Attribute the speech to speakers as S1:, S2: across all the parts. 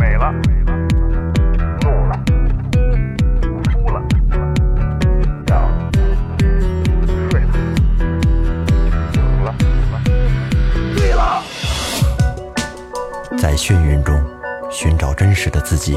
S1: 美了，怒了，哭了，笑了，睡了，醒了，醉了。
S2: 在眩晕中寻找真实的自己，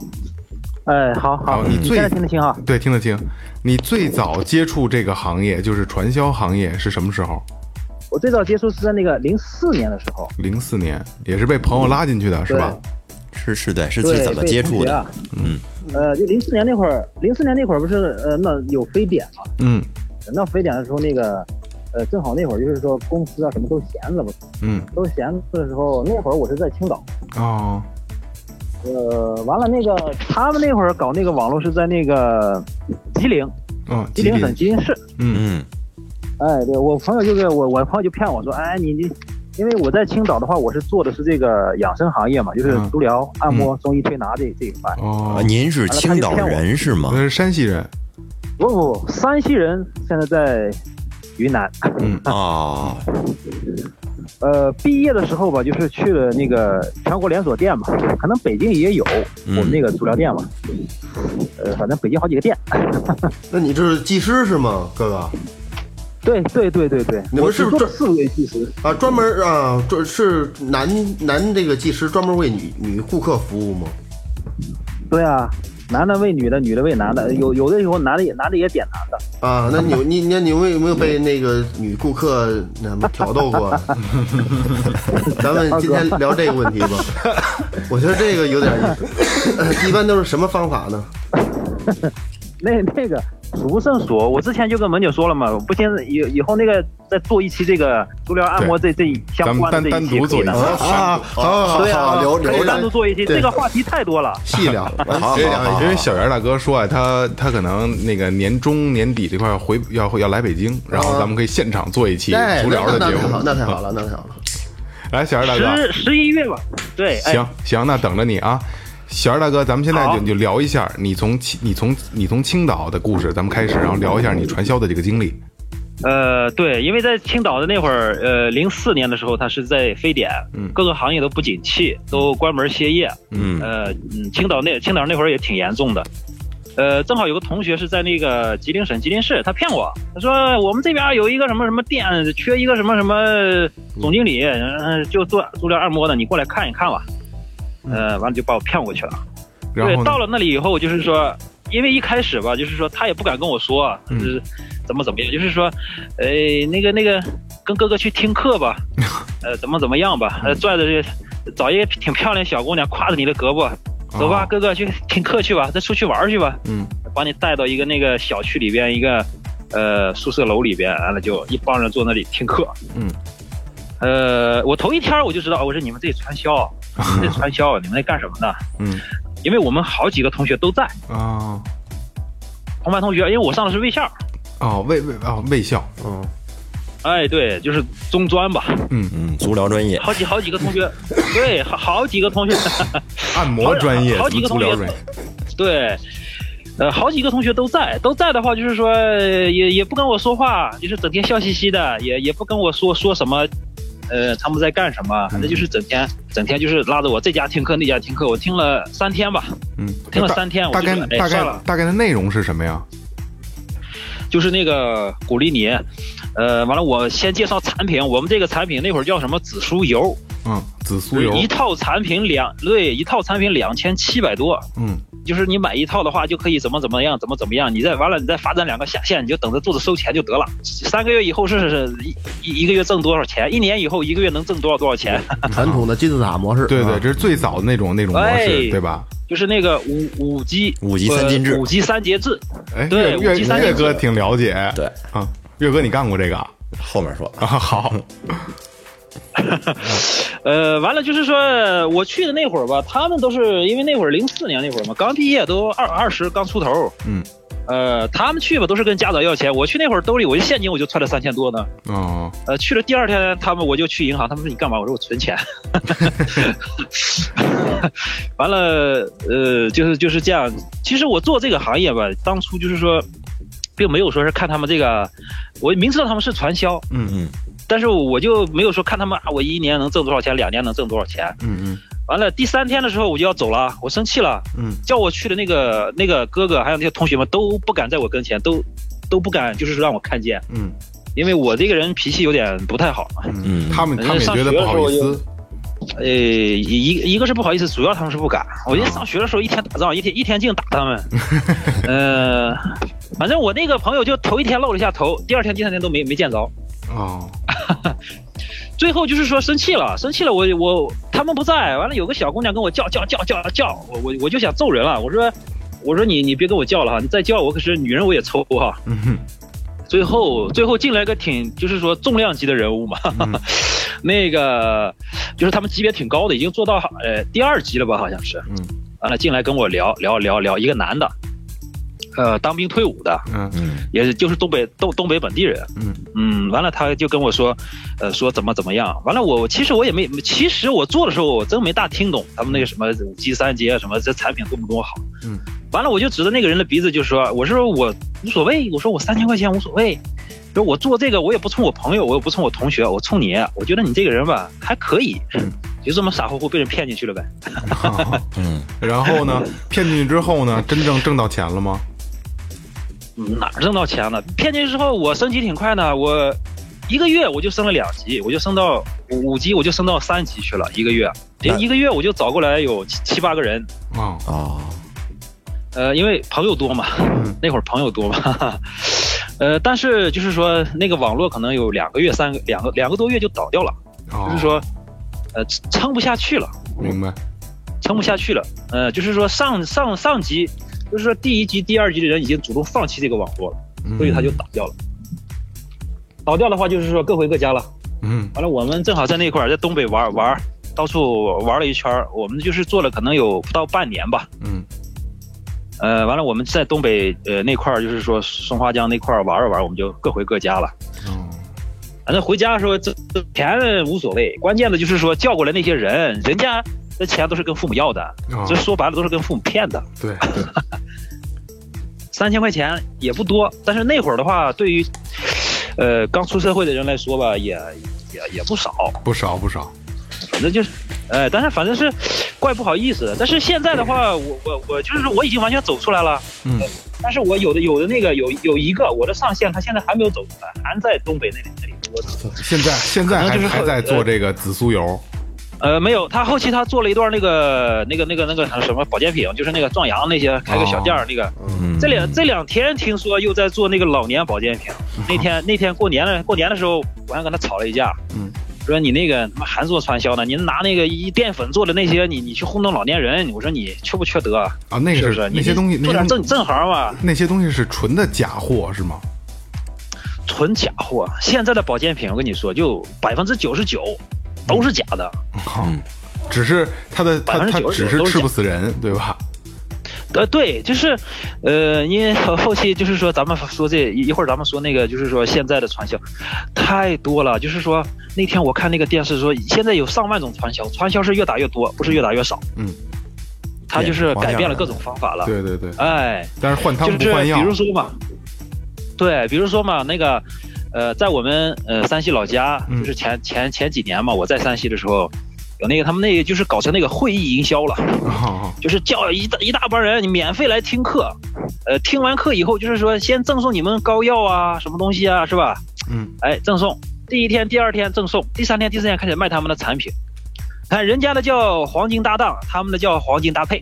S3: 哎，好
S4: 好
S3: 好，
S4: 你最
S3: 现在听得清啊？
S4: 对，听得清。你最早接触这个行业，就是传销行业，是什么时候？
S3: 我最早接触是在那个零四年的时候，
S4: 零四年，也是被朋友拉进去的，是吧？
S5: 是是，对，是
S3: 对，
S5: 是怎么
S3: 被
S5: 接
S3: 同
S5: 触
S3: 学
S5: 的
S3: 啊？？呃，就零四年那会儿，零四年那会儿不是呃那有非典嘛？
S4: 嗯
S3: 那非典的时候，那个呃正好那会儿就是说公司啊什么都闲着嘛，
S4: 嗯，
S3: 都闲着的时候，那会儿我是在青岛。
S4: 哦，
S3: 呃，完了，那个他们那会儿搞那个网络是在那个吉林，
S4: 哦，
S3: 吉
S4: 吉
S3: 林省
S4: 林，
S3: 吉林市。
S4: 嗯
S5: 嗯，
S3: 哎，对我朋友就给我，我朋友就骗我说，哎，你你，因为我在青岛的话，我是做的是这个养生行业嘛，就是
S4: 嗯
S3: 足疗、按摩、中医推拿这这一块。
S4: 哦，
S5: 啊您是青岛人是吗
S4: 我？是山西人，
S3: 不不不，山西人现在在云南。
S5: 哦，
S3: 呃，毕业的时候吧，就是去了那个全国连锁店嘛，可能北京也有
S5: 嗯
S3: 我们那个足疗店嘛。呃，反正北京好几个店。
S6: 那你这是技师是吗，哥哥？
S3: 对对对对对，
S6: 你们
S3: 我
S6: 是不是
S3: 做了
S6: 这
S3: 四个月技师？
S6: 啊，专门啊，这是男男这个技师专门为女女顾客服务吗？
S3: 对啊，男的为女的，女的为男的，有有的时候男的也男的也点男的。
S6: 啊，那你你那你有没有有没有被那个女顾客那什么挑逗过？咱们今天聊这个问题吧。我觉得这个有点意思。呃一般都是什么方法呢？
S3: 那那个数不胜数，我之前就跟萌姐说了嘛，不行，以以后那个再做一期这个足疗按摩这这一
S4: 咱
S3: 相
S4: 们
S3: 关
S4: 单
S3: 的这
S4: 单
S3: 一期
S4: 独
S3: 可
S4: 做
S3: 以
S4: 一期
S3: 的。
S6: 啊，好好
S3: 对啊，
S6: 好，
S3: 可以单独做一期，
S6: 对
S3: 这个话题太多了。
S6: 细 聊。哎
S5: 好好
S4: 因为
S5: 好
S4: 因为小袁大哥说啊，他他可能那个年中年底这块儿回要要来北京，然后咱们可以现场做一期
S6: 哎，
S4: 足疗
S6: 那
S4: 的
S6: 啊那
S4: 节
S6: 太
S4: 目
S6: 好，。那太好 了，那太好了。
S4: 来，小袁大哥，
S3: 十十一月吧，对，哎
S4: 行，行，那等着你啊，小袁大哥，咱们现在
S3: 好
S4: 就你就聊一下你从青你从你从青岛的故事，咱们开始，然后聊一下你传销的这个经历。
S3: 呃，对，因为在青岛的那会儿，呃，零四年的时候，它是在非典，
S4: 嗯
S3: 各个行业都不景气，都关门歇业，
S5: 嗯
S3: 呃，嗯，青岛那青岛那会儿也挺严重的。呃，正好有个同学是在那个吉林省吉林市，他骗我，他说我们这边有一个什么什么店，缺一个什么什么总经理，嗯，就做足疗按摩的，你过来看一看吧。呃，完了就把我骗过去了。
S4: 然后
S3: 对，
S4: 呢
S3: 到了那里以后，就是说，因为一开始吧，就是说他也不敢跟我说，啊
S4: 嗯
S3: 就是怎么怎么样，就是说，呃，那个那个，跟哥哥去听 课吧，呃，怎么怎么样吧，
S4: 嗯
S3: 呃，拽着这找一个挺漂亮小姑娘，挎着你的胳膊，走吧，
S4: 哦
S3: 哥哥去听课去吧，再出去玩儿去吧，
S4: 嗯，
S3: 把你带到一个那个小区里边一个呃宿舍楼里边，完了就一帮人坐那里听课，
S4: 嗯，
S3: 呃，我头一天我就知道，我说你们这里传啊销， 你们这传销，你们在干什么呢？
S4: 嗯
S3: 因为我们好几个同学都在，
S4: 啊，
S3: 同班同学，因为我上的是卫校，
S7: 哦，卫卫哦卫校，
S6: 嗯，
S3: 哎，对，就是中专吧，
S2: 嗯，足疗专业，
S3: 好几好几个同学， 对，好好几个同学，
S7: 按摩专业，
S3: 好几个
S7: 足
S3: 同
S7: 疗
S3: 学
S7: 专业，
S3: 对，呃，好几个同学都在，都在的话，就是说呃也也不跟我说话，就是整天笑嘻嘻的，也也不跟我说说什么，呃，他们在干什么，反正就是整天整天就是拉着我这家听课那家听课，我听了三天吧，
S7: 嗯，
S3: 听了
S7: 大
S3: 三天我
S7: 大
S3: 就
S7: 概
S3: 觉得哎
S7: 大
S3: 算
S7: 概
S3: 了
S7: 大概的内容是什么呀？
S3: 就是那个鼓励你，呃，完了我先介绍产品，我们这个产品那会儿叫什么紫苏油，
S7: 嗯，紫苏油，
S3: 一套产品两对一套产品两千七百多，
S7: 嗯，
S3: 就是你买一套的话，就可以怎么怎么样，怎么怎么样。你再完了，你再发展两个下线，你就等着肚子收钱就得了。三个月以后是是一一一个月挣多少钱，一年以后一个月能挣多少多少钱。
S6: 嗯传统的金字塔模式，
S7: 对对，
S6: 啊
S7: 这是最早的那种那种模式，
S3: 哎
S7: 对吧？
S3: 就是那个五五级
S2: 五级三进制
S3: 呃五级三节制，
S7: 哎，
S3: 对
S7: 岳岳
S3: 五级三
S7: 岳
S3: 进制
S7: 哥挺了解，
S2: 对
S7: 啊，岳哥你干过这个啊？
S2: 后面说
S7: 啊，好，
S3: 呃，完了就是说我去的那会儿吧，他们都是因为那会儿零四年那会儿嘛，刚毕业都二二十刚出头，
S7: 嗯，
S3: 呃，他们去吧都是跟家长要钱，我去那会儿兜里我就现金我就揣了三千多呢，
S7: 哦，
S3: 呃，去了第二天，他们我就去银行，他们说你干嘛？我说我存钱。 完了，呃，就是就是这样。其实我做这个行业吧，当初就是说，并没有说是看他们这个，我明知道他们是传销，
S7: 嗯
S2: 嗯，
S3: 但是我就没有说看他们啊，我一年能挣多少钱，两年能挣多少钱。
S7: 嗯嗯
S3: 完了，第三天的时候我就要走了，我生气了，
S7: 嗯，
S3: 叫我去的那个那个哥哥还有那些同学们都不敢在我跟前，都都不敢，就是让我看见，
S7: 嗯
S3: 因为我这个人脾气有点不太好。
S7: 嗯
S2: 嗯
S7: 他们
S3: 人家
S7: 他们也觉得不好意思，
S3: 呃，一一个是不好意思，主要他们是不敢。我一上学的时候，一天打仗，一天一天净打他们。呃，反正我那个朋友就头一天露了一下头，第二天、第三天都没没见着。
S7: 哦，
S3: 最后就是说生气了，生气了我，我他们不在，完了有个小姑娘跟我叫叫叫叫叫，我我我就想揍人了，我说我说你你别跟我叫了哈，你再叫我可是女人我也抽啊哈、
S7: 嗯哼，
S3: 最后最后进来个挺就是说重量级的人物嘛， 那个就是他们级别挺高的，已经做到呃第二级了吧，好像是。
S7: 嗯。
S3: 完了进来跟我聊聊聊聊，一个男的，呃，当兵退伍的，
S7: 嗯
S2: 嗯
S3: 也是就是东北东东北本地人。
S7: 嗯
S3: 嗯，完了他就跟我说，呃，说怎么怎么样。完了我我其实我也没，其实我做的时候我真没大听懂他们那个什么五 G 三节啊什么这产品多么多么好。
S7: 嗯，
S3: 完了我就指着那个人的鼻子就说，我是说我无所谓，我说我三千块钱无所谓。说我做这个，我也不冲我朋友，我也不冲我同学，我冲你。我觉得你这个人吧，还可以，
S7: 嗯
S3: 就这么傻乎乎被人骗进去了呗。
S7: 好
S2: 嗯，
S7: 然后呢，骗进去之后呢，真正挣到钱了吗？
S3: 哪儿挣到钱了？骗进去之后，我升级挺快的，我一个月我就升了两级，我就升到五五级，我就升到三级去了。一个月，
S2: 那
S3: 一个月我就找过来有七七八个人，
S7: 啊，
S2: 哦，
S3: 呃，因为朋友多嘛，
S7: 嗯
S3: 那会儿朋友多嘛， 哈哈呃，但是就是说那个网络可能有两个月、三个两个两个多月就倒掉了，
S7: 哦
S3: 就是说，呃，撑不下去了。
S7: 明白，
S3: 撑不下去了。呃，就是说上上上级，就是说第一级、第二级的人已经主动放弃这个网络了，
S7: 嗯
S3: 所以他就倒掉了。倒掉的话，就是说各回各家了。
S7: 嗯
S3: 完了，我们正好在那块儿，在东北玩儿玩儿，到处玩了一圈儿。我们就是做了可能有不到半年吧。
S7: 嗯
S3: 呃，完了，我们在东北呃那块儿，就是说松花江那块儿玩了玩儿，我们就各回各家了。
S7: 哦，
S3: 反正回家的时候，这这钱无所谓，关键的就是说叫过来那些人，人家的钱都是跟父母要
S4: 啊
S3: 的，
S7: 哦
S3: 这说白了都是跟父母骗的。
S7: 对对，
S3: 三千块钱也不多，但是那会儿的话，对于呃刚出社会的人来说吧，也也也不少，
S7: 不少不少，
S3: 反正就是，呃，但是反正是怪不好意思的。但是现在的话，我我我就是说我已经完全走出来了，
S7: 嗯
S3: 呃但是我有的有的那个有有一个我的上线，他现在还没有走出来，还在东北那里那里我
S7: 现在现在
S3: 可能
S7: 还
S3: 就是
S7: 还
S3: 后
S7: 在做这个紫苏油，
S3: 呃，没有，他后期他做了一段那个那个那个那个什么保健品，就是那个壮阳那些开个小店
S7: 哦
S3: 儿那个，
S2: 嗯
S3: 这两这两天听说又在做那个老年保健品。那天那天过年了，过年的时候我还跟他吵了一架，
S7: 嗯，
S3: 说你那个他妈还做传销呢，您拿那个一淀粉做的那些，你你去糊弄老年人，我说你缺不缺德啊？
S7: 啊，那
S3: 是
S7: 个
S3: 不是？你
S7: 那些东西，
S3: 做
S7: 那
S3: 点
S7: 些
S3: 正正行嘛，
S7: 那些东西是纯的假货是吗？
S3: 纯假货。现在的保健品，我跟你说，就百分之九十九都是假的。
S2: 嗯
S7: 哦只是他的他
S3: 百分之
S7: 他
S3: 九十
S7: 只是
S3: 九都是
S7: 吃
S3: 假
S7: 不死人，对吧？
S3: 呃，对，就是，呃，因为 后期就是说，咱们说这一一会儿，咱们说那个，就是说现在的传销太多了。就是说那天我看那个电视说，现在有上万种传销，传销是越打越多，不是越打越少。
S7: 嗯，
S3: 他就是
S7: 变
S3: 改变了
S7: 花样了
S3: 各种方法了。
S7: 对对对，
S3: 哎，
S7: 但是换汤
S3: 啊就
S7: 不
S3: 是
S7: 换药
S3: 比，如说嘛，对，比如说嘛，那个，呃，在我们呃山西老家，
S7: 嗯
S3: 就是前前前几年嘛，我在山西的时候，有那个他们那个就是搞成那个会议营销了，
S7: 啊
S3: 就是叫一大一大帮人，你免费来听课，呃，听完课以后就是说先赠送你们膏药啊，什么东西啊，是吧？
S7: 嗯，
S3: 哎，赠送，第一天、第二天赠送，第三天、第四天开始卖他们的产品。看人家的叫黄金搭档，他们的叫黄金搭配。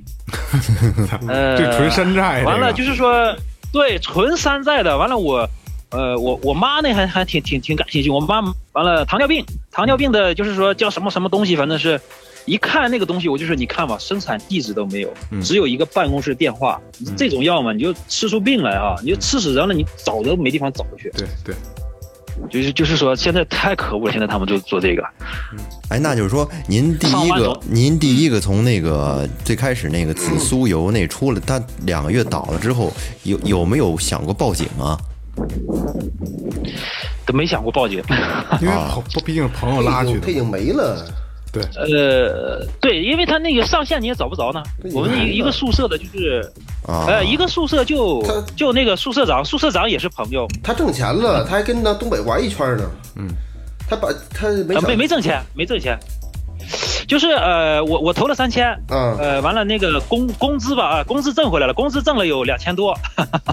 S3: 呃，
S7: 这纯山寨，
S3: 完了
S7: 哎这个
S3: 就是说，对，纯山寨的。完了我，呃，我我妈那还还挺挺挺感兴趣。我妈完了糖尿病，糖尿病的就是说叫什么什么东西，反正是。一看那个东西，我就说你看吧，生产地址都没有，
S7: 嗯
S3: 只有一个办公室电话。你这种药嘛，你就吃出病来啊！你就吃死人了，你找都没地方找去。
S7: 对对，
S3: 就是就是说，现在太可恶了，现在他们就做这个。
S2: 哎，那就是说，您第
S3: 上
S2: 一
S3: 班
S2: 个
S3: 族，
S2: 您第一个从那个最开始那个紫苏油那出来，它两个月倒了之后，有有没有想过报警啊？
S3: 都没想过报警。
S7: 因为朋毕竟是朋友拉去
S6: 他已
S7: 的，
S6: 经没了，
S7: 对，
S3: 呃，对，因为他那个上线你也找不着呢。我们一一个宿舍的，就是
S2: 啊，
S3: 呃，一个宿舍就
S6: 他
S3: 就那个宿舍长，宿舍长也是朋友，
S6: 他挣钱了，他还跟那东北玩一圈呢。嗯，他把他没
S3: 呃
S6: 想
S3: 没没挣钱，没挣钱。就是呃，我我投了三千，
S6: 嗯
S3: 呃，完了那个工工资吧，啊，工资挣回来了，工资挣了有两千多，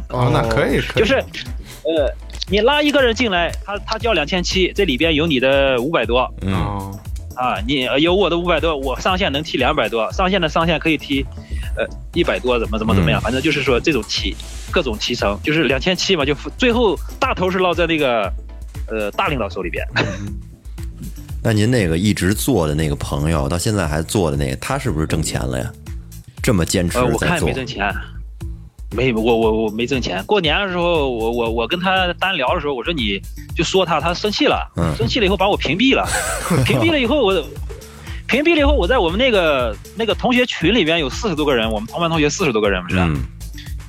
S7: 哦，那可以，可以
S3: 啊就是，呃，你拉一个人进来，他他交两千七，这里边有你的五百多，
S2: 嗯，
S7: 哦，
S3: 啊，你呃有我的五百多，我上限能踢两百多，上限的上限可以踢，呃一百多，怎么怎么怎
S2: 嗯
S3: 么样，反正就是说这种提各种提成，就是两千七嘛，就最后大头是落在那个呃大领导手里边。
S2: 那您那个一直做的那个朋友，到现在还做的那个，他是不是挣钱了呀？这么坚持
S3: 呃，我
S2: 在
S3: 看
S2: 做
S3: 没，挣钱，没我我我没挣钱。过年的时候，我我我跟他单聊的时候，我说你就说他，他生气了，
S2: 嗯
S3: 生气了以后把我屏蔽了，屏蔽了以后我。屏蔽了以后，我在我们那个那个同学群里边有四十多个人，我们同班同学四十多个人，不是？
S2: 嗯，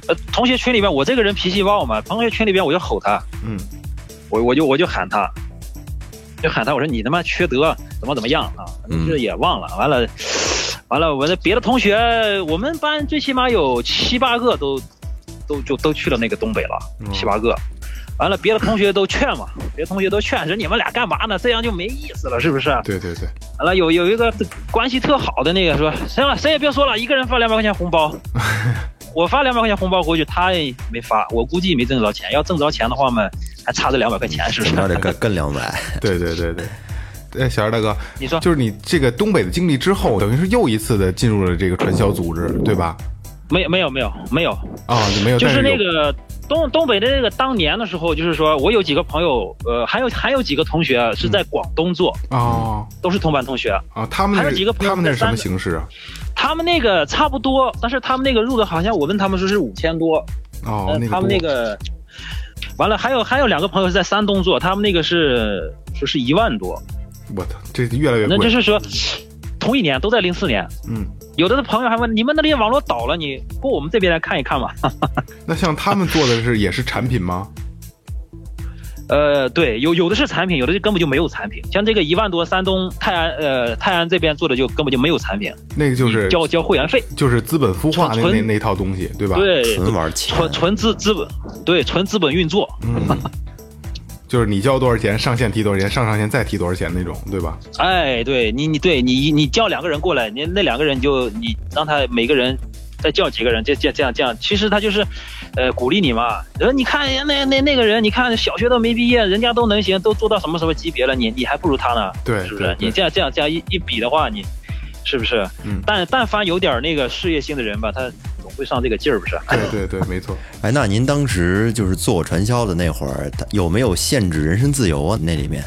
S3: 呃，同学群里边，我这个人脾气暴嘛，同学群里边我就吼他，
S7: 嗯，
S3: 我我就我就喊他，就喊他，我说你他妈缺德，怎么怎么样啊？
S2: 嗯
S3: 这也忘了，完了，完了，我的别的同学，我们班最起码有七八个都都就都去了那个东北了，
S7: 嗯
S3: 七八个。完了，别的同学都劝嘛，别的同学都劝说你们俩干嘛呢？这样就没意思了，是不是？啊
S7: 对对对，
S3: 完了，有有一个关系特好的那个说，行了，谁也别说了，一个人发两百块钱 红包，我发两百块钱红包回去，他也没发，我估计没挣着钱。要挣着钱的话嘛，还差这两百块钱，是不啊
S2: 你要
S3: 是？
S2: 得更更两百，
S7: 对对对对。 哎，小二大哥，
S3: 你说
S7: 就是你这个东北的经历之后，等于是又一次的进入了这个传销组织，对吧？
S3: 没有没有没有没有，
S7: 啊、就没有，
S3: 就是
S7: 但
S3: 那
S7: 有
S3: 个东东北的那个当年的时候，就是说我有几个朋友，呃，还有还有几个同学是
S7: 嗯
S3: 在广东做，
S7: 哦
S3: 都是同班同学，
S7: 啊，他们那
S3: 还有几个朋友
S7: 他们那是什么
S3: 在山
S7: 形式啊？
S3: 他们那个差不多，但是他们那个入的好像我问他们说是五千多，
S7: 哦，
S3: 呃
S7: 那个
S3: 他们那
S7: 多
S3: 个，完了还有还有两个朋友是在山东做，他们那个是说是一万多，
S7: 我操，这越来越
S3: 那
S7: 贵，
S3: 就是说同一年都在零四年，
S7: 嗯。
S3: 有的朋友还问你们那里网络倒了，你过我们这边来看一看吧。
S7: 那像他们做的是也是产品吗？
S3: 呃，对，有有的是产品，有的就根本就没有产品，像这个一万多，山东泰安呃泰安这边做的就根本就没有产品，
S7: 那个就是
S3: 交交会员费，
S7: 就是资本孵化那
S3: 纯
S7: 那那套东西，对吧？，嗯
S3: 对，
S2: 纯玩钱，啊
S3: 纯纯资资本，对，纯资本运作，
S7: 嗯，就是你交多少钱，上线提多少钱，上上线再提多少钱那种，对吧？
S3: 哎，对你，你对你，你叫两个人过来，你那两个人就你让他每个人再叫几个人，这这这样这样，其实他就是，呃，鼓励你嘛。然后你看那那那个人，你看小学都没毕业，人家都能行，都做到什么什么级别了，你你还不如他呢，
S7: 对
S3: 是不
S7: 对
S3: 是？
S7: 对
S3: 你这样这样这样一一比的话，你是不是？
S7: 嗯
S3: 但但凡有点那个事业心的人吧，他总会上这个劲儿，不是？
S7: 对对对，没错。
S2: 哎，那您当时就是做传销的那会儿，他有没有限制人身自由啊？那里面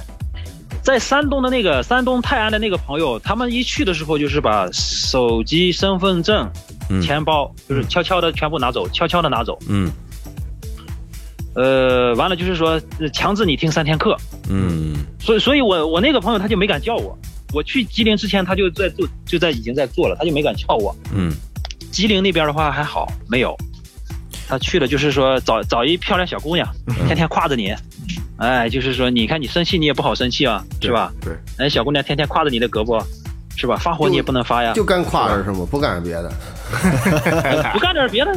S3: 在山东的那个山东泰安的那个朋友，他们一去的时候就是把手机、身份证、
S2: 嗯
S3: 钱包，就是悄悄的全部拿走，悄悄的拿走。
S2: 嗯
S3: 呃，完了就是说呃强制你听三天课，
S2: 嗯，
S3: 所以所以我我那个朋友他就没敢叫我。我去吉林之前，他就在做，就在已经在做了，他就没敢叫我。
S2: 嗯，
S3: 吉林那边的话还好，没有。他去了就是说找找一漂亮小姑娘，
S4: 嗯
S3: 天天挎着你，哎，就是说你看你生气你也不好生气啊，是吧？
S4: 对，
S3: 哎，小姑娘天天挎着你的胳膊，是吧？发火你也不能发呀，
S6: 就干挎着是吗？不干别的，
S4: 哎
S3: 不干点别的，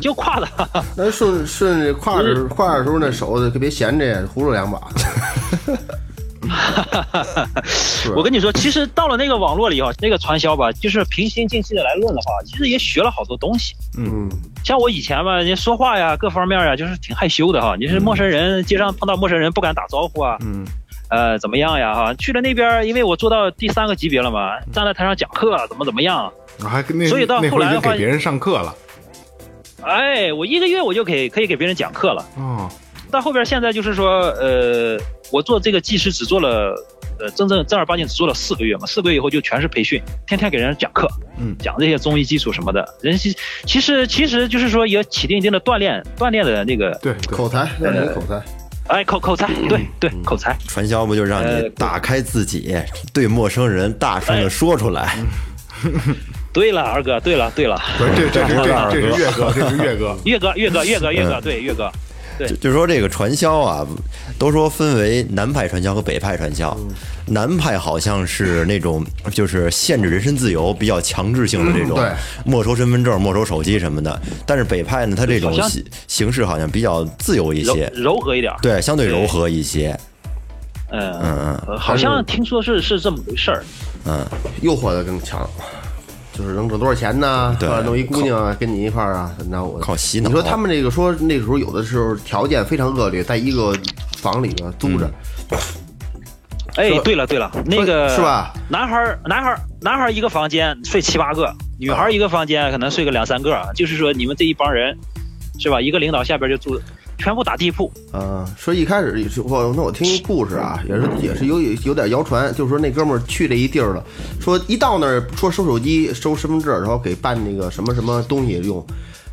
S3: 就挎 着。
S6: 那顺顺着挎着挎着时候那手可别闲着呀，葫芦两把。
S3: 我跟你说，其实到了那个网络里啊，那个传销吧，就是平心静气的来论的话，其实也学了好多东西。
S6: 嗯，
S3: 像我以前吧，人家说话呀，各方面呀，就是挺害羞的哈。你是陌生人，街上碰到陌生人不敢打招呼啊，
S4: 嗯，
S3: 呃，怎么样呀哈？去了那边，因为我做到第三个级别了嘛，站在台上讲课，怎么怎么样？
S4: 我还那
S3: 所以到
S4: 那
S3: 后
S4: 会儿
S3: 来
S4: 已经
S3: 的话
S4: 给别人上课了。
S3: 哎，我一个月我就给可以给别人讲课了。
S4: 哦，
S3: 到后边现在就是说，呃，我做这个技师只做了，呃，真正正儿八经只做了四个月嘛，四个月以后就全是培训，天天给人讲课，
S4: 嗯
S3: 讲这些中医基础什么的。人其其实其实就是说也起定一定的锻炼锻炼的那个，
S4: 对对，
S6: 口才，让你口才。
S3: 哎，口口才，对对，口才。
S2: 传销不就让你
S3: 呃哎
S2: 打开自己，对陌生人大声的说出来？
S3: 对了，二哥，对了对了，
S4: 不是这这是这这是岳哥，这是岳哥。
S3: 岳哥岳哥岳哥岳哥，对岳哥，对
S2: 就就说这个传销啊，都说分为南派传销和北派传销。南派好像是那种就是限制人身自由比较强制性的这种，
S6: 嗯
S2: 没收身份证、没收手机什么的。但是北派呢，它这种
S3: 好像
S2: 形形式好像比较自由一
S3: 柔
S2: 些，
S3: 柔和一点，
S2: 对，相对柔和一些。
S3: 嗯
S2: 嗯
S3: 呃好像听说是是这么回事儿，
S6: 诱惑的更强，就是能挣多少钱呢？
S2: 对
S6: 或者弄一姑娘啊跟你一块儿啊，怎么着？我
S2: 靠洗脑
S6: 你说他们这个说那时候有的时候条件非常恶劣，在一个房里边租着，
S3: 哎，对了对了，那个
S6: 是吧？
S3: 男孩儿男孩儿男孩儿一个房间睡七八个，女孩儿一个房间可能睡个两三个，啊就是说你们这一帮人，是吧？一个领导下边就住，全部打地铺，
S6: 啊，说一开始我那我听一故事啊，也是也是有有有点谣传，就是说那哥们儿去这一地儿了，说一到那儿说收手机、收身份证，然后给办那个什么什么东西用，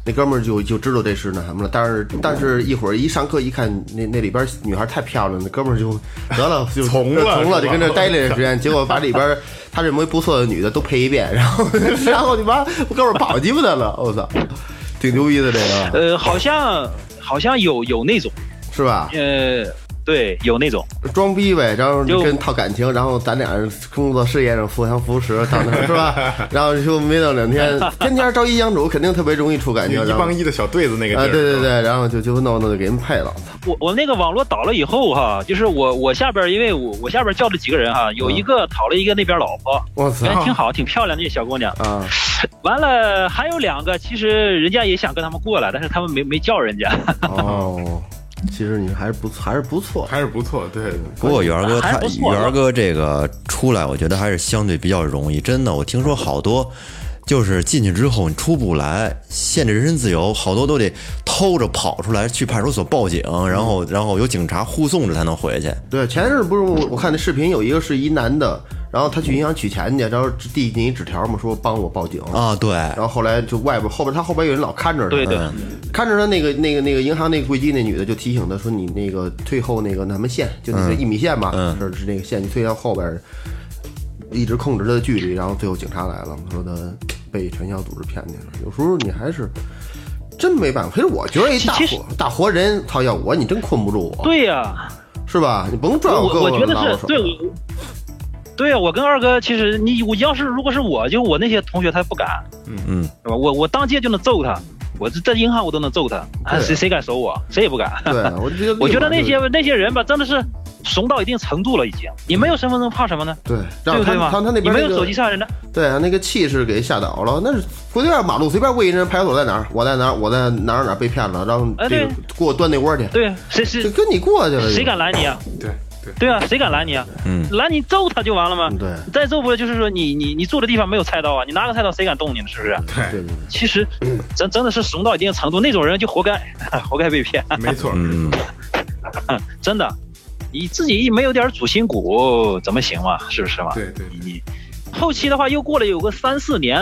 S6: 那哥们儿就就知道这是那什么了。但是但是一会儿一上课一看，那那里边女孩太漂亮了，那哥们儿就得了就
S4: 从了
S6: 从了，
S4: 是
S6: 就
S4: 吧
S6: 跟这待了一段 时间，结果把里边他认为不错的女的都配一遍，然后 然后你妈哥们儿跑鸡巴的了，我操，挺牛逼的这个
S3: 呃，好像好像有有那种，
S6: 是吧？
S3: 呃，对，有那种，
S6: 装逼呗，然后
S3: 就
S6: 跟套感情，然后咱俩工作事业上互相扶持，到那儿 是吧？然后就没等两天，天天朝夕相处，肯定特别容易处 感情。
S4: 就一
S6: 然后
S4: 帮一的小对子那个地
S6: 啊，
S4: 儿，
S6: 对对对，然后就就弄弄就给人配了，
S3: 我我那个网络倒了以后哈、就是我我下边，因为我我下边叫了几个人哈、有一个讨了一个那边老婆，
S6: 我操
S3: 哎人挺好，挺漂亮的小姑娘，
S6: 啊！
S3: 完了还有两个，其实人家也想跟他们过来，但是他们没没叫人家。
S6: 哦，其实你还是不还是不错，
S4: 还是不错，对对
S2: 不过元儿哥
S3: 还
S2: 他
S3: 不错
S2: 元儿哥这个出来，我觉得还是相对比较容易。真的，我听说好多就是进去之后你出不来，限制人身自由，好多都得偷着跑出来去派出所报警，然后然后有警察护送着才能回去。
S6: 对，前阵儿不是我我看那视频，有一个是一男的，然后他去银行取钱去，然后递进一纸条嘛，说帮我报警
S2: 啊，对，
S6: 然后后来就外边后边他后边有人老看着他，嗯
S3: 对对
S6: 看着他那个那个那个银行那个柜机那女的就提醒他说你那个退后那个南门线，就那个一米线吧，
S2: 嗯
S6: 是是那个线，你退到后边，一直控制他的距离，然后最后警察来了，说他被传销组织骗去了。有时候你还是真没办法，其实我觉得一大
S3: 其实
S6: 活大活人，操要我你真困不住我，
S3: 对呀、
S6: 是吧？你甭拽
S3: 我
S6: 胳
S3: 我
S6: 膊
S3: 觉得
S6: 拉哦我
S3: 是
S6: 手
S3: 对，我对呀，我跟二哥其实你我要是如果是我就我那些同学他不敢，嗯
S2: 嗯
S3: 是吧？我我当街就能揍他，我这在银行我都能揍他，啊、谁谁敢手我，谁也不敢。
S6: 对，啊我觉得
S3: 我觉得那
S6: 立马就
S3: 些那些人吧，真的是怂到一定程度了，已经。你没有身份证怕什么呢？
S6: 对，
S3: 对
S6: 让
S3: 不
S6: 他
S3: 对嘛
S6: 他他那？边
S3: 你没
S6: 那
S3: 有
S6: 个
S3: 手机上人的，
S6: 对啊，那个气势给吓倒了。那是随便马路随便问一人派出所在哪儿，我在哪儿，我在哪儿哪儿被骗了，然后
S3: 哎
S6: 这个
S3: 对
S6: 给我端那窝去，
S3: 呃对，谁
S6: 就
S3: 谁
S6: 跟你过去了。
S3: 谁敢拦你啊？
S4: 对对
S3: 对啊，谁敢拦你啊？
S2: 嗯，
S3: 拦你揍他就完了吗
S6: 嗯？对
S3: 再揍不了就是说你你你住的地方没有菜刀啊，你拿个菜刀谁敢动你呢？是不是？
S6: 对对对，
S3: 其实真真的是怂到一定程度，那种人就活该， 活该被骗，
S4: 对，没错，
S2: 嗯，
S3: 真的。你自己一没有点主心骨，怎么行嘛？是不是嘛？
S4: 对对对
S3: 你你后期的话，又过了有个三四年，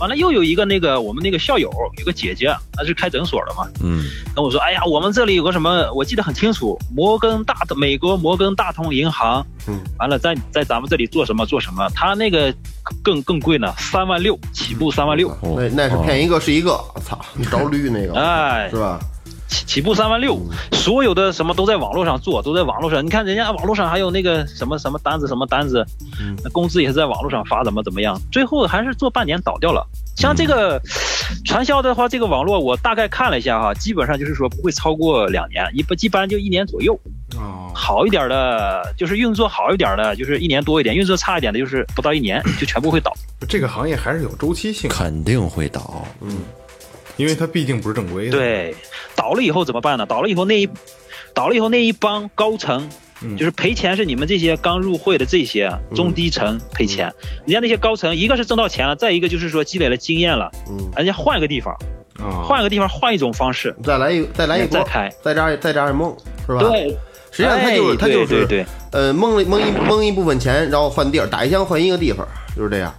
S3: 完了又有一个那个我们那个校友有个姐姐，她是开诊所的嘛，
S2: 嗯
S3: 跟我说，哎呀，我们这里有个什么，我记得很清楚，摩根大的美国摩根大通银行，
S6: 嗯，
S3: 完了在在咱们这里做什么做什么，他那个更更贵呢，三万六起步，三万六，
S2: 哦
S6: 那那是
S2: 哦
S6: 骗一个是一个，操，你着绿那个，
S3: 哎
S6: 是，吧？
S3: 起起步三万六，所有的什么都在网络上做，都在网络上。你看人家网络上还有那个什么什么单子什么单子，那工资也是在网络上发，怎么怎么样，最后还是做半年倒掉了。像这个传销的话，这个网络我大概看了一下哈，基本上就是说不会超过两年，一般一般就一年左右。
S4: 哦，
S3: 好一点的，就是运作好一点的，就是一年多一点；运作差一点的，就是不到一年 就全部会倒。
S4: 这个行业还是有周期性，
S2: 肯定会倒。
S4: 因为它毕竟不是正规的。，
S3: 对，倒了以后怎么办呢？倒了以后那一，倒了以后那一帮高层，
S4: 嗯
S3: 就是赔钱是你们这些刚入会的这些啊
S6: 嗯
S3: 中低层赔钱，人家那些高层，一个是挣到钱了，再一个就是说积累了经验了，
S6: 嗯，
S3: 人家换个地方，
S4: 啊，
S6: 哦
S3: 换个地方，换一种方式，
S6: 再来一再来一波
S3: 再，开。
S6: 再扎再扎一梦，是吧？，
S3: 对，
S6: 实际上他就是
S3: 哎
S6: 他就
S3: 对对
S6: 是
S3: 对，
S6: 呃蒙了蒙一蒙一部分钱，然后换地儿，打一枪换一个地方，就是这样。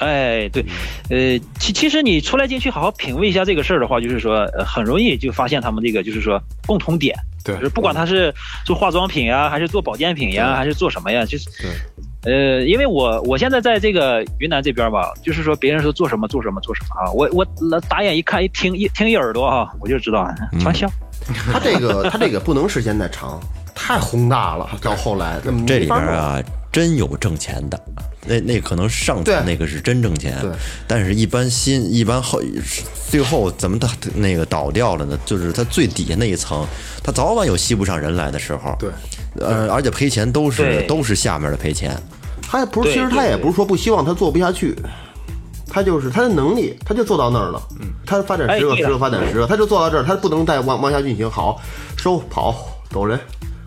S3: 哎，对，
S4: 嗯
S3: 呃，其其实你出来进去好好品味一下这个事儿的话，就是说，呃，很容易就发现他们这个就是说共同点，
S4: 对
S3: 就是不管他是做化妆品呀，还是做保健品呀，还是做什么呀，就是，呃，因为我我现在在这个云南这边吧，就是说别人说做什么做什么做什么啊，我我打眼一看一听一听一耳朵啊，我就知道
S4: 嗯
S3: 传销，
S6: 他这个他这个不能时间太长，太宏大了，到后来那么
S2: 这里
S6: 没法
S2: 边
S6: 弄
S2: 啊，真有挣钱的，那那可能上
S6: 对
S2: 层那个是真挣钱
S6: 对，
S2: 但是一般新一般后最后怎么他那个倒掉了呢？就是他最底下那一层，他早晚有吸不上人来的时候。
S4: 对，
S2: 呃，而且赔钱都是
S3: 对
S2: 都是下面的赔钱。
S6: 他也不是，
S3: 对
S6: 其实他
S3: 对
S6: 也不是说不希望他做不下去，他就是他的能力，他就做到那儿了。嗯，他发展
S3: 哎
S6: 十个，
S3: 对
S6: 十
S3: 了
S6: 个发展十个，他就做到这儿，他不能再往往下进行。好，收跑走人，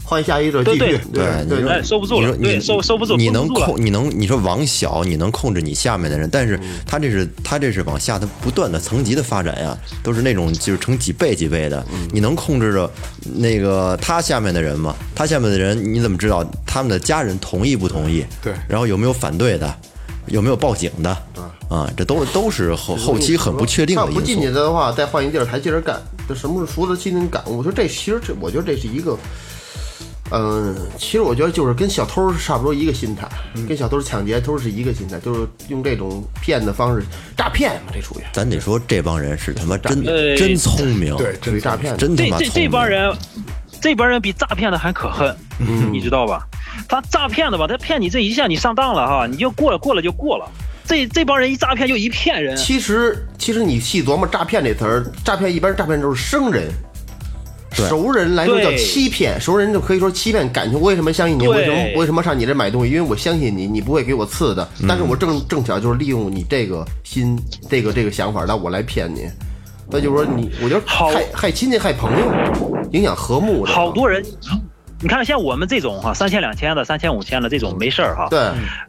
S6: 换下一个继
S3: 对
S6: 续
S3: 对。
S6: 对
S3: 哎，收不住
S2: 你
S3: 了，
S2: 说
S3: 对，
S2: 你
S3: 收收不住，
S2: 你
S3: 绷
S2: 能
S3: 不住了
S2: 控，你能你说往小，你能控制你下面的人，但是
S3: 嗯
S2: 他这是他这是往下，他不断的层级的发展呀，都是那种就是成几倍几倍的，
S3: 嗯
S2: 你能控制着那个他下面的人吗？他下面的人你怎么知道他们的家人同意不同意？
S3: 嗯
S4: 对
S2: 然后有没有反对的？有没有报警的？啊，这都都是后后期很不确定的
S6: 他不
S2: 因
S6: 进去
S2: 素。
S6: 的话，再换一地儿还接着干。这什么是熟了心灵感悟？我说这其实这，我觉得这是一个，嗯，其实我觉得就是跟小偷是差不多一个心态，
S2: 嗯
S6: 跟小偷抢劫偷是一个心态，就是用这种骗的方式诈骗嘛，这属于
S2: 咱得说这帮人是他妈真
S3: 呃
S2: 真聪明，
S4: 对，
S6: 属
S4: 真
S6: 于诈骗的。
S2: 真他
S3: 这
S2: 妈
S3: 这
S2: 聪
S3: 这
S2: 明。
S3: 帮人，这帮人比诈骗的还可恨，
S6: 嗯
S3: 你知道吧？他诈骗的吧，他骗你这一下，你上当了哈，你就过了，过了就过了。这这帮人一诈骗就一骗人，
S6: 其实，其实你细琢磨“诈骗”这词儿，诈骗一般诈骗都是生人，
S2: 对
S6: 熟人来说叫
S3: 对
S6: 欺骗，熟人就可以说欺骗感情。我为什么相信你？
S3: 对
S6: 为什么为什么上你这买东西？因为我相信你，你不会给我次的。
S3: 嗯
S6: 但是我正正巧就是利用你这个心，这个这个想法，那我来骗你。那就是说你，我觉得
S3: 好
S6: 害害亲戚害朋友，影响和睦。这个
S3: 好多人。你看，像我们这种哈，三千两千的、三千五千的这种没事儿哈。
S6: 对，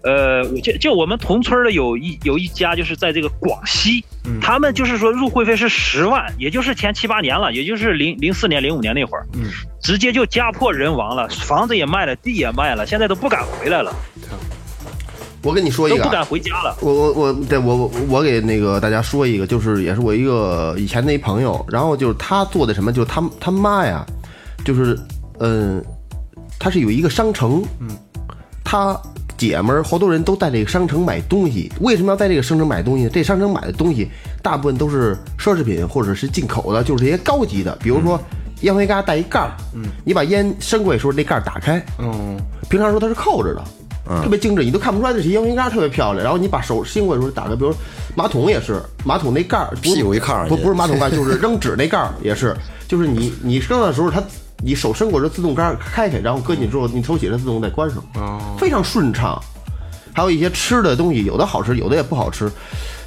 S3: 呃，我就就我们同村儿的有一有一家，就是在这个广西，
S6: 嗯
S3: 他们就是说入会费是十万，也就是前七八年了，也就是零零四年、零五年那会儿，
S6: 嗯
S3: 直接就家破人亡了，房子也卖了，地也卖了，现在都不敢回来了，
S6: 我跟你说一
S3: 都
S6: 个
S3: 不
S6: 啊，
S3: 敢回家了。
S6: 我我我，对我我我给那个大家说一个，就是也是我一个以前的一朋友，然后就是他做的什么，就是他他妈呀，就是嗯，他是有一个商城，嗯，他姐们儿好多人都在这个商城买东西，为什么要在这个商城买东西呢？这商城买的东西大部分都是奢侈品或者是进口的，就是这些高级的，比如
S2: 嗯
S6: 说。烟灰缸带一盖儿，嗯，你把烟升过去的时候，那盖儿打开，
S2: 哦
S4: 嗯，
S6: 平常说它是扣着的，
S2: 嗯
S6: 特别精致，你都看不出来这是烟灰缸，特别漂亮。然后你把手伸过去的时候打开，比如马桶也是，马桶那盖儿不是
S2: 屁股一看上去
S6: 不不是马桶盖，就是扔纸那盖儿也是，就是你你扔的时候它。你手伸过去，自动盖儿开开，然后搁进去之后，你手洗它自动再关上，
S4: 哦
S6: 非常顺畅。还有一些吃的东西，有的好吃，有的也不好吃。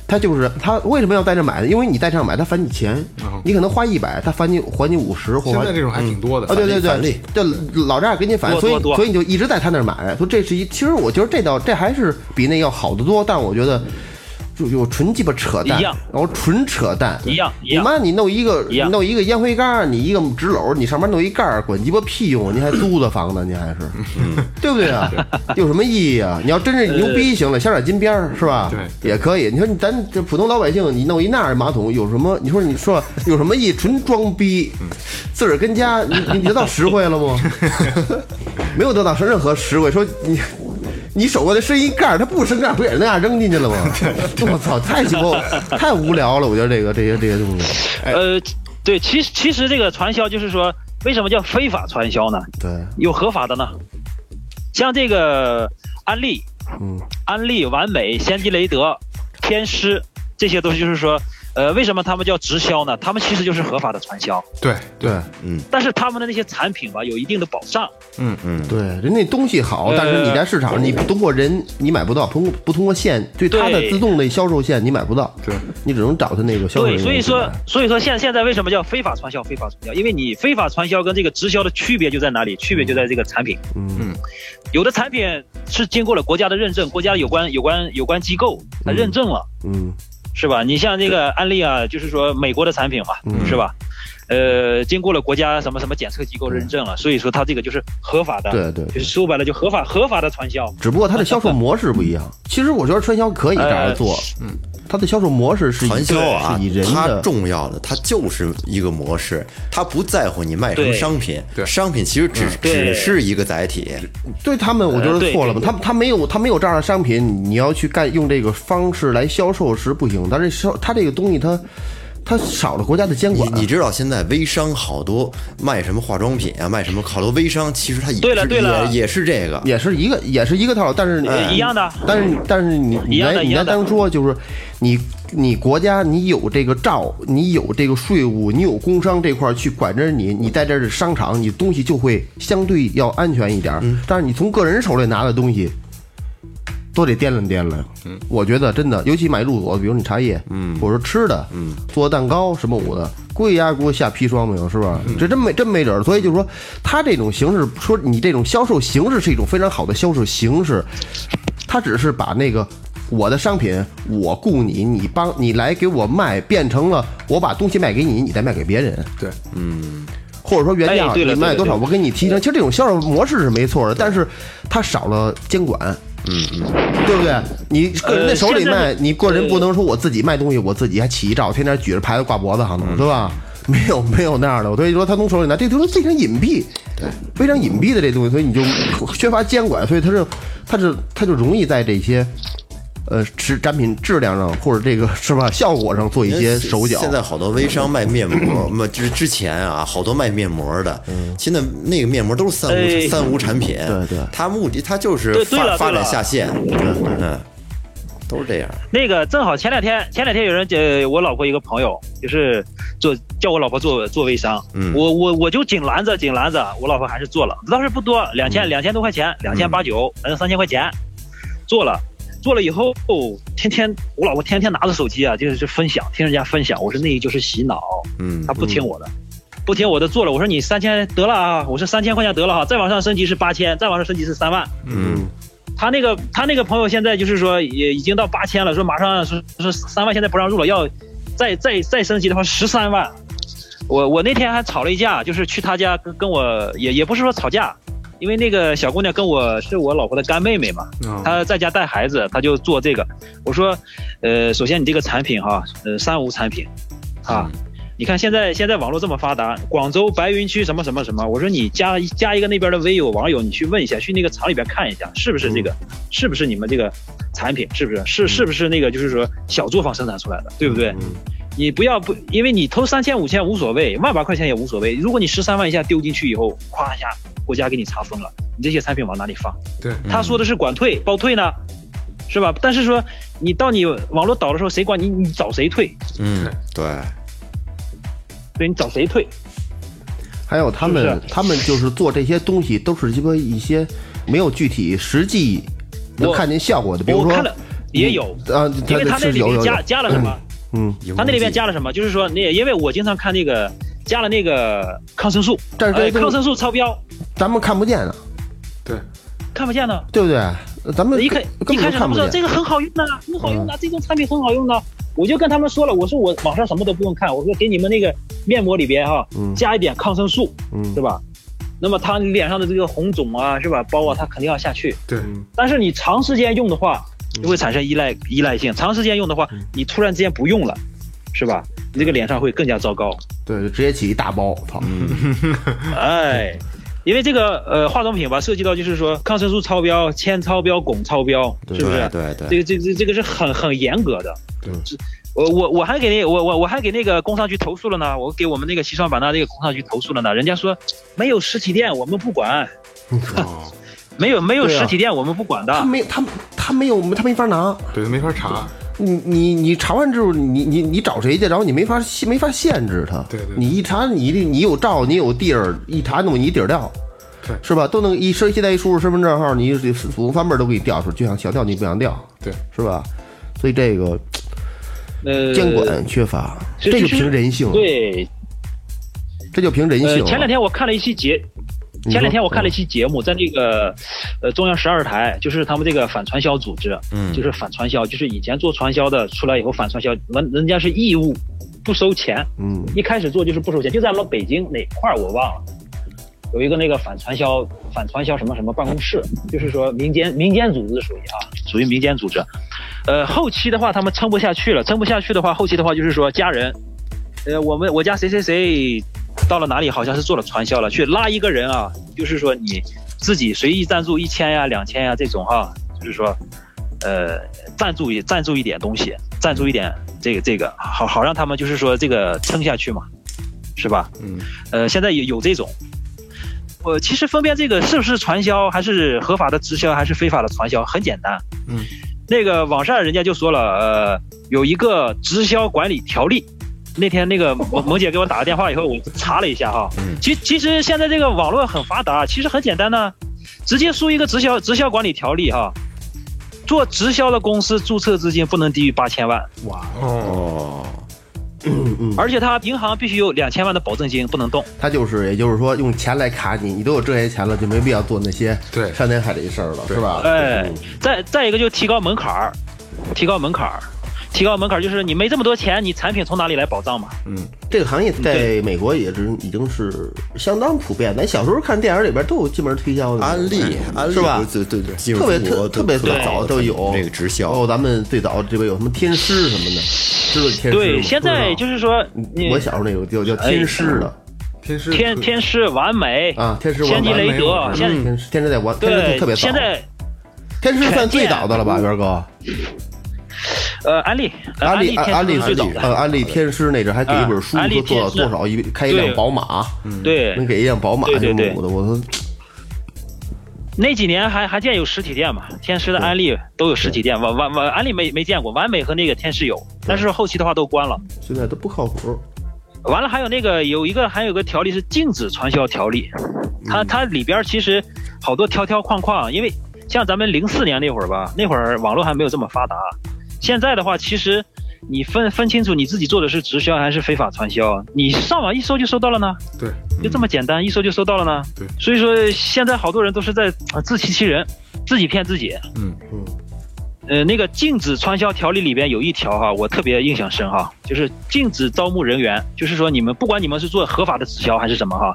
S6: 它就是它为什么要在这买呢？因为你在这儿买，它返你钱，你可能花一百，它返你还你五十，
S4: 哦
S6: 或
S4: 现
S6: 还
S4: 在这种还挺多的
S6: 啊，对对
S2: 返利
S6: 对，这老丈人给你返，
S3: 多
S6: 所以
S3: 多多
S6: 所以你就一直在他那儿买，说这是一，其实我觉得这倒这还是比那要好得多，但我觉得。就就纯鸡巴扯淡，
S3: 一样
S6: 然后纯扯淡，
S3: 一样一
S6: 你
S3: 样
S6: 妈，你弄一个
S3: 一样
S6: 弄一个烟灰缸，你一个纸篓，你上面弄一盖儿，管鸡巴屁用！你还租的房子，你还是，对不对 啊？有什么意义啊？你要真是牛逼行了，镶点金边儿是吧？
S4: 对呃对
S6: 也可以。你说你咱这普通老百姓，你弄一那儿马桶有什么？你说 你说有什么意义？纯装逼，自个儿跟家，你你得到实惠 了不？没有得到任何实惠。说你。你手过来伸一盖儿，它不伸盖儿，不也是那样扔进去 了吗？我操，太鸡巴太无聊了！我觉得这个这些这些东西，
S3: 呃，对，其实其实这个传销就是说，为什么叫非法传销呢？
S6: 对，
S3: 有合法的呢，像这个安利，
S6: 嗯，
S3: 安利、完美、仙吉雷德、天狮，这些都是就是说，呃，为什么他们叫直销呢？他们其实就是合法的传销，
S4: 对对，
S2: 嗯
S3: 但是他们的那些产品吧，有一定的保障。
S4: 嗯嗯，
S6: 对，人那东西好，
S3: 呃
S6: 但是你在市场，你通过人你买不到，通过不通过线，对它的
S3: 对
S6: 自动的销售线你买不到，
S4: 对，
S6: 你只能找他那个销售人
S3: 对，
S6: 员
S3: 所以
S6: 去买
S3: 说，所以说现现在为什么叫非法传销？非法传销，因为你非法传销跟这个直销的区别就在哪里？区别就在这个产品。
S4: 嗯，
S3: 有的产品是经过了国家的认证，国家有关有关有关机构它认证了，
S6: 嗯
S3: 是吧？你像这个安利啊，就是说美国的产品嘛，是吧？呃，经过了国家什么什么检测机构认证了，所以说它这个就是合法的，
S6: 对对
S3: 就是说白了就合法合法的传销。
S6: 只不过它的销售模式不一 样。其实我觉得传销可以这样
S3: 哎
S6: 做，嗯，它的销售模式是以
S2: 传销啊
S6: 是以，人
S2: 它
S6: 的
S2: 重要的它就是一个模式，它不在乎你卖什么
S3: 对嗯
S2: 商品
S4: 对，
S2: 商品其实只
S3: 对
S2: 只是一个载体。
S6: 对他们，我觉
S3: 呃
S6: 得
S3: 对
S6: 错了吧？
S3: 对
S6: 他他没有他没有这样的商品，你要去干用这个方式来销售是不行。但是销他这个东西它，它少了国家的监
S2: 你
S6: 管。
S2: 你知道现在微商好多卖什么化妆品啊，卖什么好多微商，其实它也
S3: 对了
S2: 是
S3: 对了
S2: 也也是这个。
S6: 也是一个也是一个套，但是你、
S3: 呃一样的
S6: 但是但是你
S3: 嗯一
S6: 你
S3: 样的
S6: 来你
S3: 一
S6: 来
S3: 样的
S6: 单说就是你你国家你有这个照，你有这个税务，你有工商这块儿去管着你，你在这儿是商场，你东西就会相对要安全一点儿。
S3: 嗯
S6: 但是你从个人手里拿的东西。都得掂量掂量，嗯，我觉得真的，尤其买入口，比如你茶叶，嗯，我说吃的，嗯，做蛋糕什么舞的，贵呀，给我下砒霜没有，是吧？
S3: 嗯
S6: 这真没真没准儿，所以就是说，他这种形式，说你这种销售形式是一种非常好的销售形式，他只是把那个我的商品，我雇你，你帮你来给我卖，变成了我把东西卖给你，你再卖给别人，
S4: 对，
S6: 或者说原价
S3: 哎对了
S6: 你卖多少，
S3: 对了对了
S6: 我给你提成。其实这种销售模式是没错的，但是它少了监管。嗯嗯，对不对？你个人在手里
S3: 呃现在
S6: 卖，
S3: 的
S6: 你个人不能说我自己卖东西，我自己还起一照，天天举着牌子挂脖子上
S3: 嗯
S6: 呢，对吧？ 没有没有那样的，所以说他从手里拿，这都是非常隐蔽，对，非常隐蔽的这东西，所以你就缺乏监管，所以他是他是他就容易在这些呃是产品质量上或者这个是吧效果上做一
S3: 呃
S6: 些手脚。
S2: 现在好多微商卖面膜，那之之前啊，好多卖面膜的，现在那个面膜都是三无、
S3: 哎
S2: 三无产品，
S6: 嗯对对
S2: 它目的它就是
S3: 对对
S2: 发
S3: 了
S2: 发
S3: 对
S2: 展
S3: 了
S2: 下线，嗯嗯，都是这样。
S3: 那个正好前两天，前两天有人呃，我老婆一个朋友就是做叫我老婆做做微商，
S2: 嗯
S3: 我我我就紧拦着紧拦着，我老婆还是做了，倒是不多，两
S2: 嗯
S3: 千、两千多块钱，两千八九，反正三千块钱，做了。做了以后，哦天天我老婆天天拿着手机啊，就是就分享，听人家分享。我说那就是洗脑，
S2: 嗯
S3: 她不听我的，不听我的做了。我说你三千得了啊，我说三千块钱得了哈、再往上升级是八千，再往上升级是三万。
S2: 嗯，
S3: 他那个他那个朋友现在就是说也已经到八千了，说马上说说三万现在不让入了，要再再再升级的话十三万。我我那天还吵了一架，就是去他家跟跟我也也不是说吵架，因为那个小姑娘跟我是我老婆的干妹妹嘛，
S4: 啊，
S3: 她在家带孩子，她就做这个。我说，呃，首先你这个产品哈、呃，三无产品，啊，你看现在现在网络这么发达，广州白云区什么什么什么，我说你加加一个那边的微友网友，你去问一下，去那个厂里边看一下，是不是这个，是不是你们这个产品，是不是是是不是那个就是说小作坊生产出来的，对不对？你不要不，因为你投三千五千无所谓，万把块钱也无所谓。如果你十三万一下丢进去以后，咵一下国家给你查封了，你这些产品往哪里放？
S4: 对，
S3: 他说的是管退包退呢，是吧？但是说你到你网络倒的时候，谁管你？你找谁退？
S2: 嗯，对，
S3: 对你找谁退？
S6: 还有他们，
S3: 是不
S6: 他们就是做这些东西，都是鸡巴一些没有具体实际能
S3: 我
S6: 看见效果的，比如
S3: 我
S6: 说
S3: 看了也有，
S6: 啊，
S3: 因为
S6: 他
S3: 他那
S6: 是
S3: 里
S6: 有
S3: 面
S6: 有有
S3: 加，加了什么？
S6: 嗯，
S3: 他那里面加了什么？就是说那因为我经常看那个加了那个抗生素，
S6: 但是这
S3: 哎
S6: 个
S3: 抗生素超标
S6: 咱们看不见的，啊
S4: 对，
S3: 看不见呢。
S6: 对不对？呃咱们
S3: 一开
S6: 根
S3: 一
S6: 根本就
S3: 开始他
S6: 看
S3: 们
S6: 不
S3: 说这
S6: 见。嗯
S3: 个很好用的，很好用的，啊这种产品很好用的。我就跟他们说了，我说我网上什么都不用看，我说给你们那个面膜里边哈、
S6: 嗯
S3: 加一点抗生素，
S6: 嗯
S3: 是吧？那么它脸上的这个红肿啊，是吧？包啊，它肯定要下去。
S4: 对，
S3: 但是你长时间用的话，就会产生依赖依赖性。长时间用的话，
S2: 嗯
S3: 你突然之间不用了，是吧？你这个脸上会更加糟糕。
S6: 对，就直接起一大包，操！
S3: 嗯
S2: 嗯
S3: 哎，因为这个呃化妆品吧，涉及到就是说抗生素超标、铅超标、汞超标，是不是？
S2: 对对
S3: 这个这这这个是很很严格的。对，我我我还给那我我我还给那个工商局投诉了呢，我给我们那个西双版纳这个工商局投诉了呢，人家说没有实体店我们不管，
S4: 哦
S3: 没有没有
S6: 对啊
S3: 实体店我们不管的。
S6: 他没他他没有他没法拿，
S4: 对，没法查。
S6: 你你你查完之后，你你你找谁去？然后你没法限没法限制他。
S4: 对对
S6: 你一查，你一定你有照，你有地儿，一查弄你一底儿掉，
S4: 对
S6: 是吧？都能一身现在一输入身份证号，你祖宗翻辈儿都给你调出来，就想想调你不想调，
S4: 对，
S6: 是吧？所以这个
S3: 呃，
S6: 监管缺乏，
S3: 是
S6: 这就
S3: 就是
S6: 凭人性，，
S3: 对，
S6: 这就凭人性
S3: 呃，
S6: 了。
S3: 前两天我看了一期节，
S6: 你说
S3: 前两天我看了一期节目，在那个呃中央十二台，就是他们这个反传销组织，
S2: 嗯
S3: 就是反传销，就是以前做传销的出来以后反传销，人人家是义务，不收钱，
S6: 嗯
S3: 一开始做就是不收钱，就在我们北京哪块儿我忘了。有一个那个反传销、反传销什么什么办公室，就是说民间民间组织属于啊，属于民间组织。呃，后期的话他们撑不下去了，撑不下去的话，后期的话就是说家人，呃，我们我家谁谁谁到了哪里好像是做了传销了，去拉一个人啊，就是说你自己随意赞助一千呀、两千呀这种哈、啊就是说，呃，赞助一赞助一点东西，赞助一点这个这个，好好让他们就是说这个撑下去嘛，是吧？
S4: 嗯，
S3: 呃，现在有有这种。我其实分辨这个是不是传销，还是合法的直销，还是非法的传销，很简单。
S4: 嗯，
S3: 那个网上人家就说了，呃，有一个直销管理条例。那天那个萌萌姐给我打个电话以后，我查了一下哈，其其实现在这个网络很发达，其实很简单呢、直接输一个直销直销管理条例哈，做直销的公司注册资金不能低于八千万，
S2: 哦，
S3: 而且它银行必须有两千万的保证金，不能动。
S6: 他就是，也就是说，用钱来卡你，你都有这些钱了，就没必要做那些
S4: 对
S6: 山南海北的事儿了，是吧？嗯
S3: 哎，再再一个就提高门槛儿，提高门槛儿，提高门槛儿就是你没这么多钱，你产品从哪里来保障嘛？
S6: 这个行业在美国也是已经是相当普遍。咱小时候看电影里边都有专门推销的
S2: 安利安利
S6: 是吧
S2: 不？是对对，进入
S6: 特别
S2: 中国
S6: 特特别
S2: 对
S6: 早都有
S2: 那个直销
S6: 哦，咱们最早这边有什么天师什么的，知道天师吗？
S3: 对，现在就是说
S6: 不知
S3: 你
S6: 道我小时候那有叫叫天师的
S4: 天师
S3: 天天师完美
S6: 啊，天师我
S3: 先
S6: 完
S3: 地
S6: 美
S3: 雷德
S4: 嗯，
S3: 哎现
S6: 天师天师在我天师
S3: 对
S6: 就特别早，
S3: 现在
S6: 天师算最早的了吧，元哥？
S3: 呃安利呃
S6: 安利
S3: 利天
S6: 安利
S3: 师是最早的，
S6: 呃，安利天师那阵还给一本书
S3: 啊安
S6: 说
S3: 利
S6: 做
S3: 天师
S6: 多少一开一辆
S3: 对
S6: 宝马，
S3: 对
S6: 能，给一辆宝马
S3: 对
S6: 什
S3: 对
S6: 么
S3: 对
S6: 的，我说
S3: 那几年还还见有实体店嘛？天师的安利都有实体店，完完完安利没没见过，完美和那个天师有，但是后期的话都关了。
S6: 现在都不靠谱。
S3: 完了，还有那个有一个还有个条例是禁止传销条例，
S4: 嗯
S3: 它它里边其实好多条条框框，因为像咱们零四年那会儿吧，那会儿网络还没有这么发达，现在的话其实你分分清楚你自己做的是直销还是非法传销，你上网一搜就搜到了呢，
S4: 对，嗯
S3: 就这么简单，一搜就搜到了呢，
S4: 对
S3: 所以说现在好多人都是在呃自欺欺人，自己骗自己，
S4: 嗯
S6: 嗯。
S3: 呃，那个禁止传销条例里边有一条哈，我特别印象深哈，就是禁止招募人员，就是说你们不管你们是做合法的直销还是什么哈，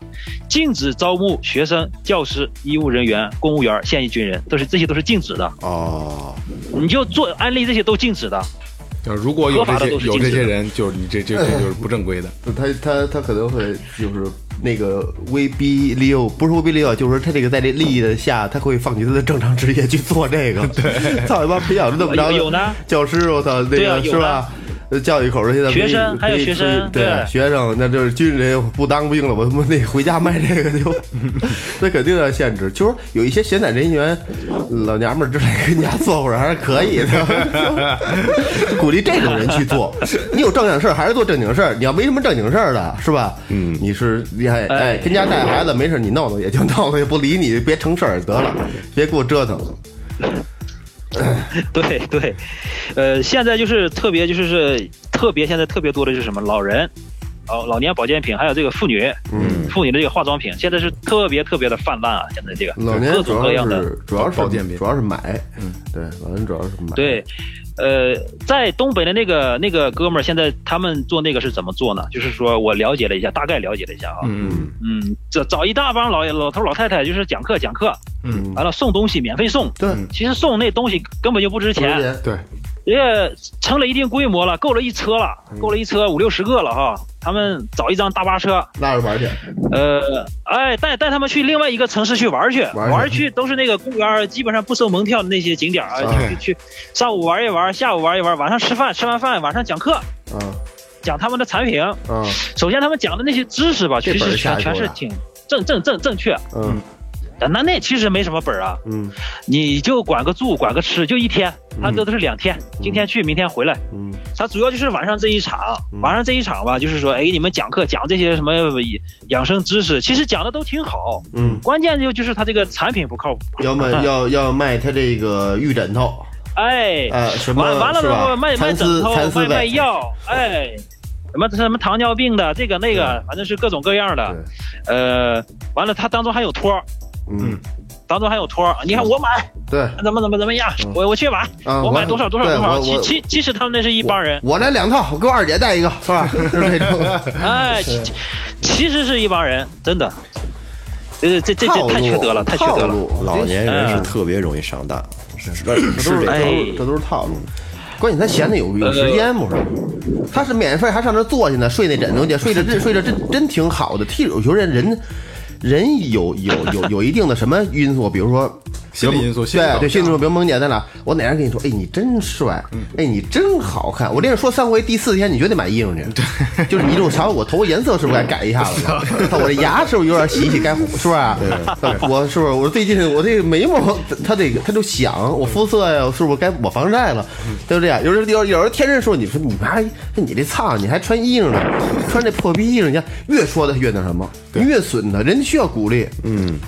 S3: 禁止招募学生、教师、医务人员、公务员、现役军人，都是这些都是禁止的。
S2: 哦，
S3: 你就做安利这些都禁止的，
S4: 要呃如果有这
S3: 合法的
S4: 些
S3: 都是
S4: 有
S3: 禁
S4: 这
S3: 止
S4: 些
S3: 的
S4: 人，就是你这这这就是不正规的。
S6: 他他他可能会就是那个威逼利诱，不是威逼利诱，就是他这个在这利益的下，他会放弃他的正常职业去做这 个。对，操你妈，培养出那么着
S3: 有有呢
S6: 教师，我操，那
S3: 对啊
S6: 个
S3: 有
S6: 是吧？呃教育口儿现在可以
S3: 学生还有
S6: 可以
S3: 学生
S6: 可以对
S3: 对
S6: 学生，那就是军人不当兵了，我 他妈那回家卖这个就， 那肯定要限制。就是有一些闲散人员，老娘们儿之类跟家做会儿还是可以的， 鼓励这种人去 做。你有正经事儿还是做正经事儿，你要没什么正经事儿的，是吧？嗯，你是厉害，
S3: 呃
S6: 哎，跟家带孩子没事儿你闹闹也就闹闹，也不理你，别成事儿得了，
S3: 嗯
S6: 别给我折腾。
S3: 对对，呃，现在就是特别就是是特别现在特别多的就是什么老人，老老年保健品，还有这个妇女，
S6: 嗯，
S3: 妇女的这个化妆品，现在是特别特别的泛滥啊！现在这个
S6: 老年
S3: 各
S6: 主
S3: 种各
S6: 要
S3: 样的，
S6: 是主要是
S4: 保健品
S6: 主要是买，对，老年主要是买，
S3: 嗯对，呃，在东北的那个那个哥们儿，现在他们做那个是怎么做呢？就是说我了解了一下，大概了解了一下啊，
S4: 嗯
S3: 嗯，找找一大帮老老头老太太，就是讲课讲课，
S4: 嗯
S3: 完了送东西免费送，
S6: 对，
S3: 其实送那东西根本就不值
S6: 而
S3: 钱，
S6: 且
S4: 对，
S3: 人家成了一定规模了，够了一车了，
S6: 嗯
S3: 够了一车五六十个了哈，他们找一张大巴车，
S6: 拉着玩儿去，
S3: 呃，哎，带带他们去另外一个城市去玩儿去，
S6: 玩儿
S3: 玩
S6: 去
S3: 儿去都是那个公园儿，基本上不收门票的那些景点儿啊，
S6: 啊
S3: 去去上午玩一玩，下午玩一玩，晚上吃饭，吃完饭晚上讲课，
S6: 啊
S3: 讲他们的产品。
S6: 啊
S3: 首先他们讲的那些知识吧，
S6: 这
S3: 其
S6: 本
S3: 实
S6: 儿
S3: 全
S6: 下
S3: 全
S6: 手的
S3: 是挺正正正正确，
S6: 嗯
S3: 但那那其实没什么本儿啊，
S6: 嗯
S3: 你就管个住，管个吃，就一天，他
S6: 嗯
S3: 这都是两天，今天去，明天回来。
S6: 嗯
S3: 他主要就是晚上这一场
S6: 嗯，
S3: 晚上这一场吧，就是说，哎，你们讲课讲这些什么养生知识，其实讲的都挺好，
S6: 嗯，
S3: 关键就就是他这个产品不靠谱。
S6: 要卖要要卖他这个玉枕头，
S3: 哎，
S6: 呃，什么
S3: 完完了
S6: 是吧
S3: 卖卖
S6: 蚕
S3: 枕
S6: 丝
S3: 头，
S6: 蚕丝
S3: 卖卖
S6: 被，
S3: 药，哎，什么什么糖尿病的，这个那个，反正是各种各样的。呃，完了，他当中还有托儿，
S6: 嗯，
S3: 当中还有托儿。你看我买
S6: 对
S3: 怎么怎么怎么样，
S6: 嗯
S3: 我我去买，
S6: 啊，
S3: 我买多少多少
S6: 对
S3: 多少。
S6: 我
S3: 其
S6: 我
S3: 其其实他们那是一帮人，
S6: 我来两套，我给我二姐带一个，是 吧？就是这种
S3: 哎，其其其实是一帮人，真的。这这这
S6: 套
S3: 这
S6: 路，
S3: 太缺德了，太缺德
S6: 套
S3: 了。
S6: 路，
S2: 老年人是
S3: 嗯
S2: 特别容易上当，是是
S6: 这都是
S2: 这
S6: 这
S2: 样。
S6: 都
S3: 哎呃
S6: 是这都是套路。关键他闲的有有时间不是？他是免费还上那坐去呢，睡那枕头去，睡着睡着真真挺好的。替有些人人人有有有有一定的什么因素，比如说
S4: 心理因素心理
S6: 对
S4: 导
S6: 对，
S4: 向
S6: 心理因素，比如萌姐咱俩，我哪天跟你说，哎，你真帅，哎，你真好看，我这样说三回，第四天你绝对买衣裳去， 就是你这种想法，我头发颜色 是不是该啊改一下子了？看我这牙是不是有点洗一洗该是不是啊？ 我是不是我最近我这眉毛，他得他就想我肤色呀，是不是该我防晒了？就这样，有人有人有人天真说你说你妈，哎你这操，你还穿衣裳呢，穿这破逼衣裳，你看越说他越那什么，越损他，人家需要鼓励，嗯。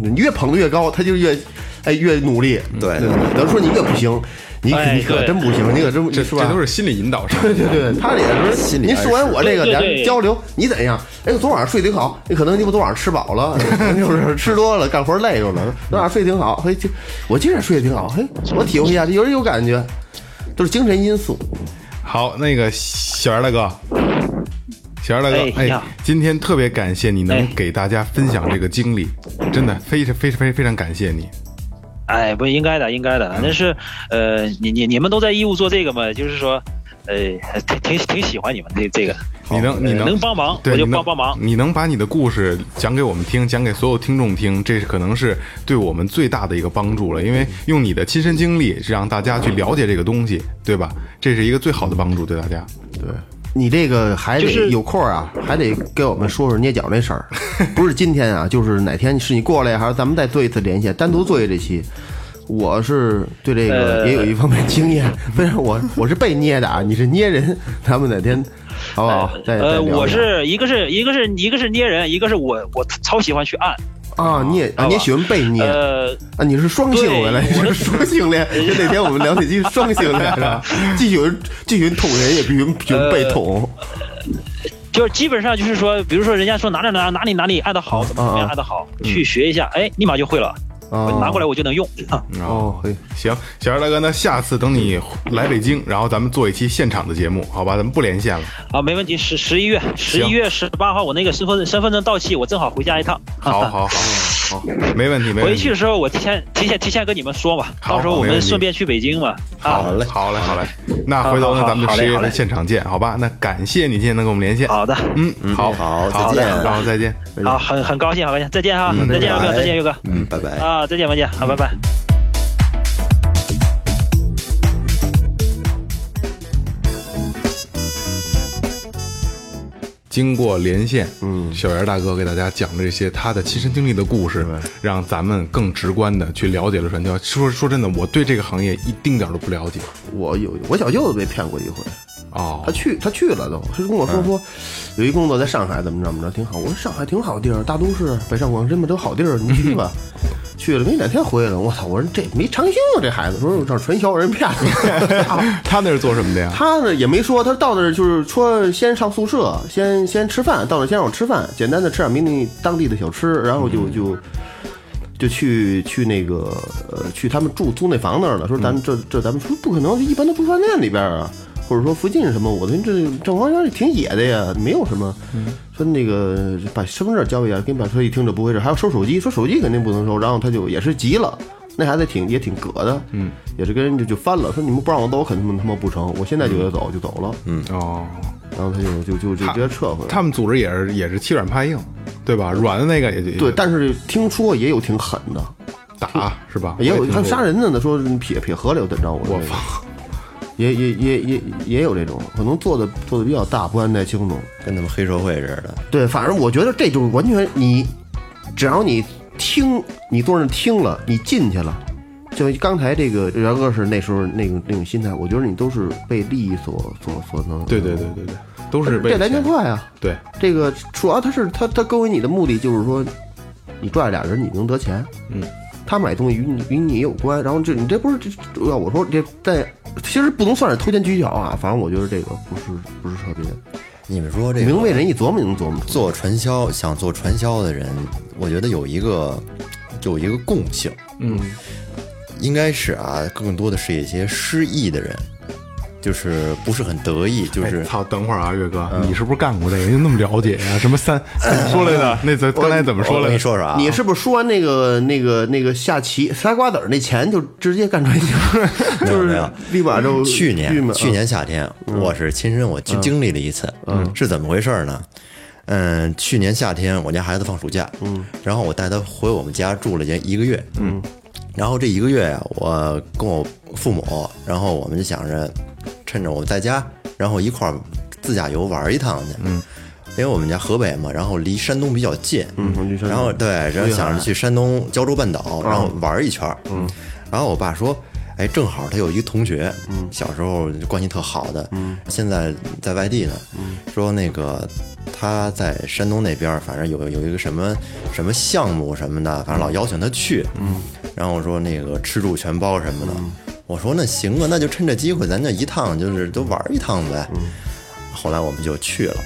S6: 你越捧得越高，他就越，哎，越努力。
S2: 对
S6: 等于说你越不行，你可
S3: 哎
S6: 你可
S3: 对
S6: 真不行，你可真不
S4: 这
S6: 是吧？
S4: 这都是心理引导上。
S6: 对对 对，他也是心里。您说完我这个，
S3: 对对
S6: 咱
S3: 对
S6: 交流，你怎样？哎，昨晚上睡挺好，你可能你不昨晚上吃饱了， 就是吃多了，干活累着了。昨晚上睡挺好，嘿，今我今天睡得挺好，嘿，我体会一下，有人有感觉，都是精神因素。
S4: 好，那个小袁大哥，小袁大
S3: 哎
S4: 哥，
S3: 你
S4: 哎
S3: 好，
S4: 今天特别感谢你能
S3: 哎
S4: 给大家分享这个经历，真的非常非常非常非常感谢你。
S3: 哎，不应该的，应该的，
S6: 嗯
S3: 反正是，呃，你你你们都在义务做这个嘛，就是说，呃，挺挺挺喜欢你们这这个，
S4: 你能你
S3: 呃
S4: 能
S3: 能帮忙
S4: 对
S3: 我就
S4: 你能
S3: 帮帮忙
S4: 你能把你的故事讲给我们听，讲给所有听众听，这是可能是对我们最大的一个帮助了，因为用你的亲身经历是让大家去了解这个东西，对吧？这是一个最好的帮助对大家。
S6: 你这个还
S3: 就
S6: 得
S3: 是
S6: 有空儿啊，还得给我们说说捏脚那 事儿，不是今天啊，就是哪天是你过来，还是咱们再做一次连线，单独做一这期。我是对这个
S3: 呃
S6: 也有一方面经 验，不是我我是被捏的啊，你是捏人，咱们哪天好不好？哦再再
S3: 呃，
S6: 聊聊
S3: 我是一个是一个是一个是捏人，一个是我我超喜欢去按，
S6: 啊，你也啊，
S3: 好吧
S6: 你也喜欢被捏
S3: 哦呃，
S6: 啊？你是双性回来，你
S3: 对
S6: 是双性 恋？就那天我们聊那期双性恋是吧？既喜欢既喜欢捅人，也必须喜欢
S3: 呃
S6: 被捅。
S3: 就是基本上就是说，比如说人家说哪里哪哪里哪里按的
S4: 啊
S3: 好，怎么怎么样按的好，
S4: 嗯
S3: 去学一下，哎，立马就会了，
S6: 啊
S3: 我拿过来我就能用。啊
S6: 哦，嘿。
S4: 行，小袁大哥，那下次等你来北京，然后咱们做一期现场的节目，好吧？咱们不连线了。
S3: 啊，没问题。十十一月十一月十八号，我那个身份身份证到期，我正好回家一趟。
S4: 好好好好， 没问题，没问
S3: 回
S4: 题
S3: 去。的时候我提前提前提前跟你们说吧，
S4: 哎好
S3: 到时候我
S4: 没问
S3: 们
S4: 题
S3: 顺便去北京嘛。啊，
S4: 好嘞，好嘞，好嘞。那回头呢，
S3: 好好
S4: 咱们就
S3: 好嘞
S4: 十月
S3: 好嘞
S4: 份现场见，好吧？那感谢你今天能跟我们连线。
S3: 好的，
S4: 嗯，好，
S2: 好
S4: 好，
S2: 再见
S4: 然后再见。
S3: 好，很很高兴，很高兴，再见
S4: 嗯
S3: 哈，再
S2: 拜
S3: 见，岳哥，
S2: 拜
S3: 再见，岳哥，
S2: 嗯，拜拜。
S3: 啊，再见，文姐，好，拜拜。
S4: 经过连线，嗯，小袁大哥给大家讲了这些他的亲身经历的故事，让咱们更直观的去了解了传销。说说真的，我对这个行业一丁点儿都不了解
S6: 我有我小舅子被骗过一回，
S4: 哦
S6: 他。去他去了都，他跟我说说，有一工作在上海怎么着怎么着挺好。我说上海挺好地儿，大都市，北上广深嘛都好地儿，你去吧。去了没两天回来了，我操！我说这没长性啊，这孩子说这传销人骗子。
S4: 他那是做什么的呀？
S6: 他呢也没说，他到那儿就是说先上宿舍，先先吃饭，到那儿先让我吃饭，简单的吃点民地当地的小吃，然后就就就去去那个呃去他们住租那房那儿了，说咱们这这咱们说不可能，一般都住饭店里边儿啊，或者说附近什么，我这这这王家挺野的呀，没有什么。说那个把身份证交给俺，给你把车一听这不会是，还要收手机，说手机肯定不能收，然后他就也是急了。那孩子挺也挺葛的，嗯，也是跟人家就翻了，说你们不让我走，肯定他妈不成，我现在就得走，就走了，嗯，
S4: 哦，
S6: 然后他就就就就直接撤回来。
S4: 他们组织也是也是欺软怕硬，对吧？软的那个也就
S6: 对，但是听说也有挺狠的，
S4: 打是吧？
S6: 哎也有
S4: 听
S6: 他
S4: 说
S6: 杀人的呢，说你撇撇河里怎么着我
S4: 我
S6: 这个
S4: 操，
S6: 也也也也也有这种，可能做的做的比较大，不敢太清楚。
S2: 跟他们黑社会似的。
S6: 对，反正我觉得这就是完全你，只要你听，你坐那儿听了，你进去了，就刚才这个然哥是那时候那种那种心态，我觉得你都是被利益所所所能。
S4: 对对对对对，都是为
S6: 这
S4: 了
S6: 来
S4: 钱
S6: 钱快啊！
S4: 对，
S6: 这个主要他是他他勾引你的目的就是说，你拽俩人你能得钱，
S4: 嗯，
S6: 他买东西与你与你有关，然后这你这不是这要我说这在其实不能算是偷奸取巧啊，反正我觉得这个不是不是特别
S2: 你们说这
S6: 明
S2: 个
S6: 为人一琢磨就能琢磨出来。
S2: 做传销，想做传销的人，我觉得有一个有一个共性，
S4: 嗯，
S2: 应该是啊，更多的是一些失意的人，就是不是很得意，就
S4: 哎
S2: 是
S4: 操，等会儿啊，岳
S6: 嗯
S4: 哥，你是不是干过这个？就那么了解呀？什么三怎么说来的？那咱刚才怎么说
S2: 我
S4: 来
S2: 跟你
S4: 着？
S2: 说说啊，
S6: 你是不是说那个那个那个下棋塞瓜子儿那钱就直接干传销，
S2: 没有
S6: 就
S2: 没
S6: 是
S2: 有
S6: 立马就
S2: 嗯去
S6: 郁闷
S2: 年
S6: 啊
S2: 去年夏天，我是亲身我去经历了一次，是怎么回事呢？嗯，去年夏天我家孩子放暑假，嗯，然后我带他回我们家住了一一个月，嗯，然后这一个月呀，我跟我父母，然后我们就想着趁着我在家，然后一块儿自驾游玩一趟去，嗯。因为我们家河北嘛，然后离山东比较近，嗯
S6: 我们去山东
S2: 然后对，然后想着去山东胶州半岛，然后玩一圈儿，嗯，然后我爸说，哎，正好他有一同学，嗯，小时候关系特好的，嗯，现在在外地呢，嗯，说那个他在山东那边儿，反正有有一个什么什么项目什么的，反正老邀请他去，嗯，然后说那个吃住全包什么的，我说那行啊，那就趁这机会，咱就一趟就是都玩一趟呗，后来我们就去了，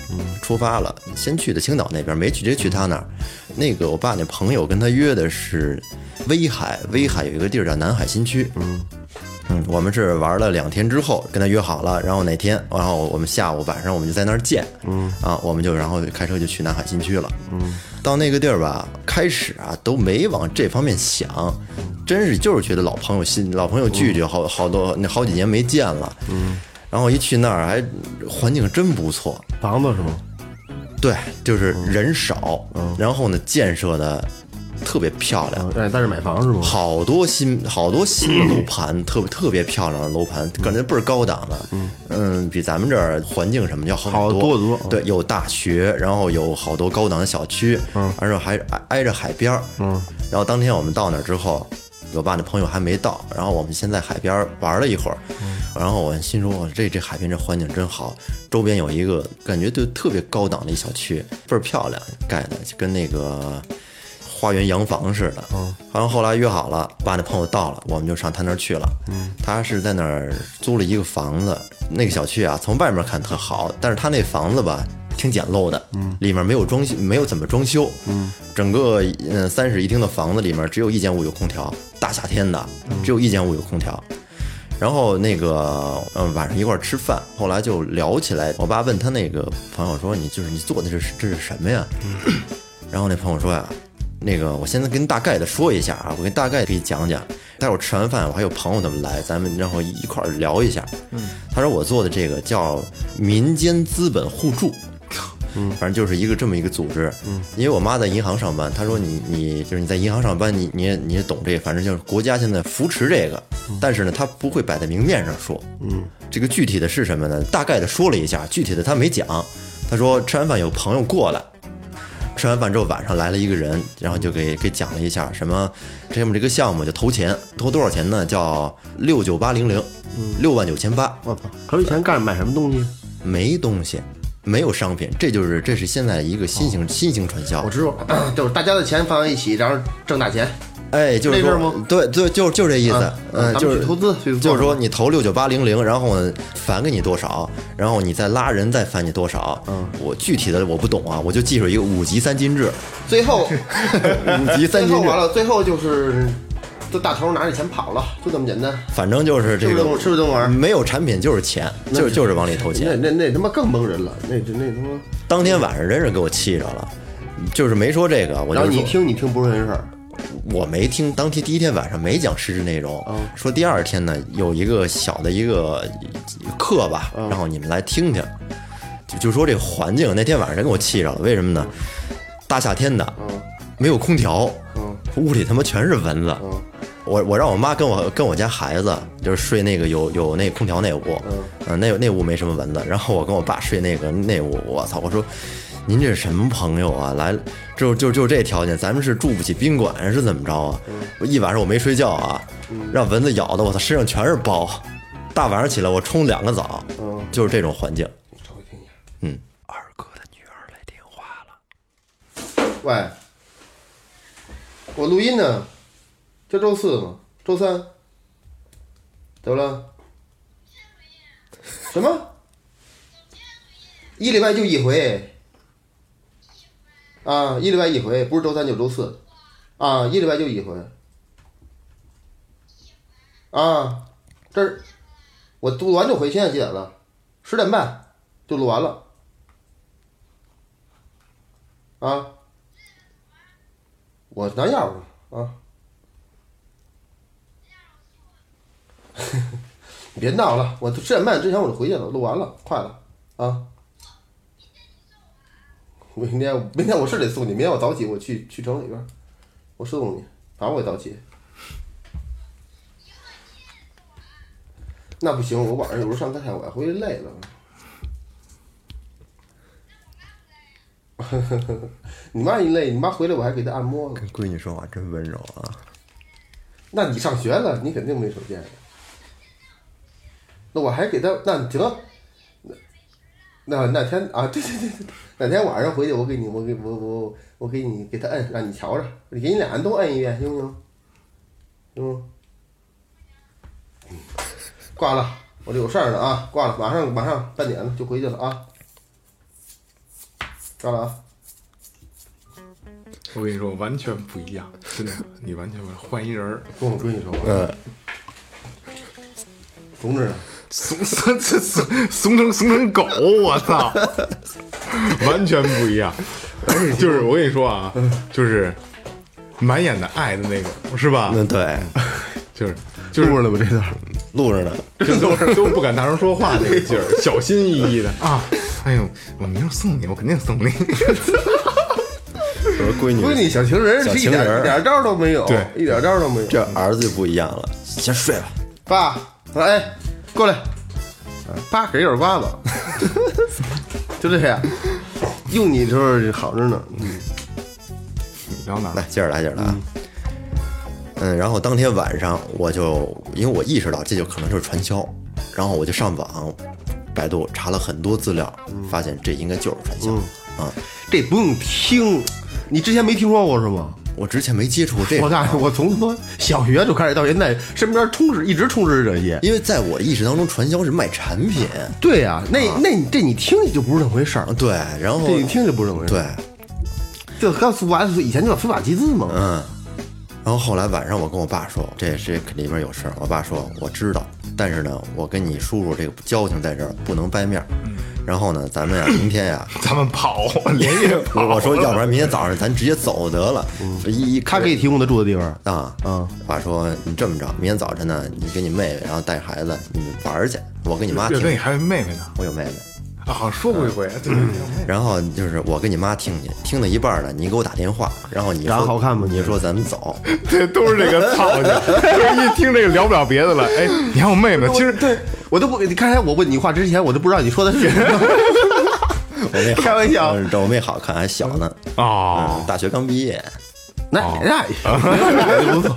S2: 出发了，先去的青岛那边，没直接去他那儿。那个我爸那朋友跟他约的是威海，威海有一个地儿叫南海新区，嗯嗯，我们是玩了两天之后跟他约好了，然后哪天，然后我们下午晚上我们就在那儿见，嗯啊，我们就然后开车就去南海新区了，嗯，到那个地儿吧，开始啊都没往这方面想，真是就是觉得老朋友新老朋友聚聚，好好多那好几年没见了，嗯。然后一去那儿，还环境真不错，
S6: 房子是吗？
S2: 对，就是人少，然后呢建设的特别漂亮，
S6: 哎，但是买房是吗？
S2: 好多新好多新的楼盘，特别特别漂亮的楼盘，感觉倍儿高档的。嗯，比咱们这儿环境什么要好嗯很
S6: 好多得多
S2: 对，有大学，然后有好多高档的小区，嗯，而且还挨挨着海边儿。嗯，然后当天我们到那儿之后，我爸那朋友还没到，然后我们先在海边儿玩了一会儿。然后我心说，哇这这海边这环境真好，周边有一个感觉就特别高档的一小区，倍儿漂亮，盖的就跟那个花园洋房似的。嗯，然后后来约好了，爸那朋友到了，我们就上他那儿去了。嗯，他是在那儿租了一个房子，那个小区啊，从外面看特好，但是他那房子吧。挺简陋的，嗯，里面没有装修，没有怎么装修，嗯，整个嗯三室一厅的房子里面只有一间屋有空调，大夏天的只有一间屋有空调，然后那个，嗯，晚上一块儿吃饭，后来就聊起来。我爸问他那个朋友说：“你就是你做的这是这是什么呀？”然后那朋友说呀，那个我现在跟大概的说一下啊，我跟大概给你讲讲。待会儿吃完饭，我还有朋友他们来，咱们然后一块儿聊一下。嗯，他说我做的这个叫民间资本互助。嗯，反正就是一个这么一个组织。嗯，因为我妈在银行上班，她说你你就是你在银行上班，你你也你也懂这个，反正就是国家现在扶持这个，但是呢，她不会摆在明面上说。嗯，这个具体的是什么呢？大概的说了一下，具体的她没讲。她说吃完饭有朋友过来，吃完饭之后，晚上来了一个人，然后就给给讲了一下什么，这么这个项目就投钱，投多少钱呢？叫六九八零零，六万九千八，
S6: 我操！可是以前干买什么东西？
S2: 没东西，没有商品，这就是这
S6: 哦
S2: 是现在一个新型新型传销
S6: 我，知道，就是大家的钱放在一起，然后挣大钱。
S2: 哎，就是
S6: 那阵儿
S2: 说
S6: 吗，
S2: 对对，就就这意思
S6: 啊，咱
S2: 嗯，
S6: 们
S2: 就是
S6: 去投资去
S2: 就是
S6: 做
S2: 说你投六九八零零，然后呢返给你多少，然后你再拉人再返你多少，嗯，我具体的我不懂啊，我就记住一个五级三金制，
S6: 最 后
S2: 五级三
S6: 最
S2: 金
S6: 后
S2: 制
S6: 完，了，最后就是这大头拿着钱跑了，就这么简单，
S2: 反正就是这
S6: 是不是这么
S2: 个
S6: 是不是这么玩儿？
S2: 没有产品就是钱，就就是往里投
S6: 那
S2: 钱。
S6: 那那他妈更蒙人了，那那他妈，
S2: 当天晚上真是给我气着了，就是没说这个，我
S6: 然
S2: 就
S6: 后你
S2: 说
S6: 听你听不是人事儿，
S2: 我没听，当天第一天晚上没讲实质内容，说第二天呢有一个小的一个课吧，然后你们来听听，就就说这环境那天晚上真给我气着了，为什么呢？大夏天的，没有空调，屋里他妈全是蚊子。我我让我妈跟我跟我家孩子就是睡那个有有那空调那屋，嗯，那那屋没什么蚊子。然后我跟我爸睡那个那屋，我操！我说您这是什么朋友啊？来，就就就这条件，咱们是住不起宾馆是怎么着啊？我一晚上我没睡觉啊，让蚊子咬的我操，身上全是包。大晚上起来我冲两个澡，
S6: 嗯
S2: 就是这种环境。
S6: 喂，我录音呢，这周四嘛，周三，怎么了？什么？一礼拜就一回。啊，一礼拜一回，不是周三就周四，啊，一礼拜就一回。啊，这儿我录完就回，现在几点了？十点半就录完了。啊。我拿钥匙啊！ 你别闹了，我十点半之前我就回去了，录完了，快了啊！我明天明天我是得送你，明天我早起我去去城里边儿，我是送你，反正我也早起。那不行，我晚上有时候上太晚回去累了。 你妈一累，你妈回来我还给她按摩呢。
S2: 闺女说话真温柔啊。
S6: 那你上学了，你肯定没手电。那我还给他，那你行，啊那那天啊，对对对对，那天晚上回去我给你，我给我我我给你给他摁，让你瞧着，你给你俩人都摁一遍，行不行？行吗？挂了，我这有事儿呢啊，挂了，马上马上半点了就回去了啊，挂了啊。
S4: 我跟你说，完全不一样，真的，你完全不一样换一人儿。
S6: 跟我闺女说，嗯，怂着呢。
S4: 怂怂怂怂成怂成狗，我操，完全不一样。就是我跟你说啊，就是满眼的爱的那种，是吧？
S2: 嗯，对，
S4: 就是就是
S6: 了吧这段，
S2: 录着呢。
S4: 这 都都不敢大声说话那个劲儿，小心翼翼的啊。哎呦，我明儿送你，我肯定送你。
S2: 我说闺女，
S6: 闺女小情人
S2: 小
S6: 是一
S2: 情
S6: 点
S2: 人
S6: 一点招儿都没有，
S4: 对
S6: 一点招儿都没有。
S2: 这儿子就不一样了，先睡吧。
S6: 爸，哎，过来，啪给一耳 刮子，就这样。用你的时候好着呢，
S2: 嗯
S4: 聊哪儿
S2: 来，？接着来，接着来啊。嗯，然后当天晚上我就因为我意识到这就可能就是传销，然后我就上网，百度查了很多资料，发现这应该就是传销
S6: 嗯
S2: 啊。
S6: 这不用听。你之前没听说过是吗？
S2: 我之前没接触过这
S6: 我
S2: 个，
S6: 告诉你，我从他妈小学就开始到现在，身边充斥一直充斥着这些。
S2: 因为在我意识当中，传销是卖产品，
S6: 对呀、那那你这你听就不是那回事儿，
S2: 啊对，然后
S6: 这你听就不是那回事
S2: 对
S6: 儿。，对，就刚苏完啊以前就叫非法集资嘛。
S2: 嗯，然后后来晚上我跟我爸说，这这里边有事儿。我爸说我知道，但是呢，我跟你叔叔这个交情在这儿，不能掰面儿。
S6: 嗯
S2: 然后呢，咱们呀、明天呀、
S4: 咱们跑，连夜
S2: 我
S4: 跑。
S2: 我说要不然明天早上咱直接走得了。一一
S6: 他给你提供的住的地方，
S2: 啊，
S6: 嗯，
S2: 我爸说你这么着，明天早晨呢，你跟你妹妹，然后带孩子，你们玩儿去。我跟你妈
S4: 月哥，你
S2: 听，
S4: 还有妹妹呢？
S2: 我有妹妹。
S4: 啊，好像说过一回。对对对，
S2: 然后就是我跟你妈听去，听到一半儿呢，你给我打电话，然后你
S6: 长
S2: 说
S6: 好看吗
S2: 你说咱们走，
S4: 这都是这个操 性，就是一听这个聊不了别的了。哎，你还有妹妹？其实对，
S6: 我都不，你刚才我问你话之前，我都不知道你说的是什么。
S2: 我妹好
S6: 开玩笑
S2: 嗯我妹好看，还小呢，
S4: 哦
S2: 嗯，，大学刚毕业。
S6: 那那 也不错，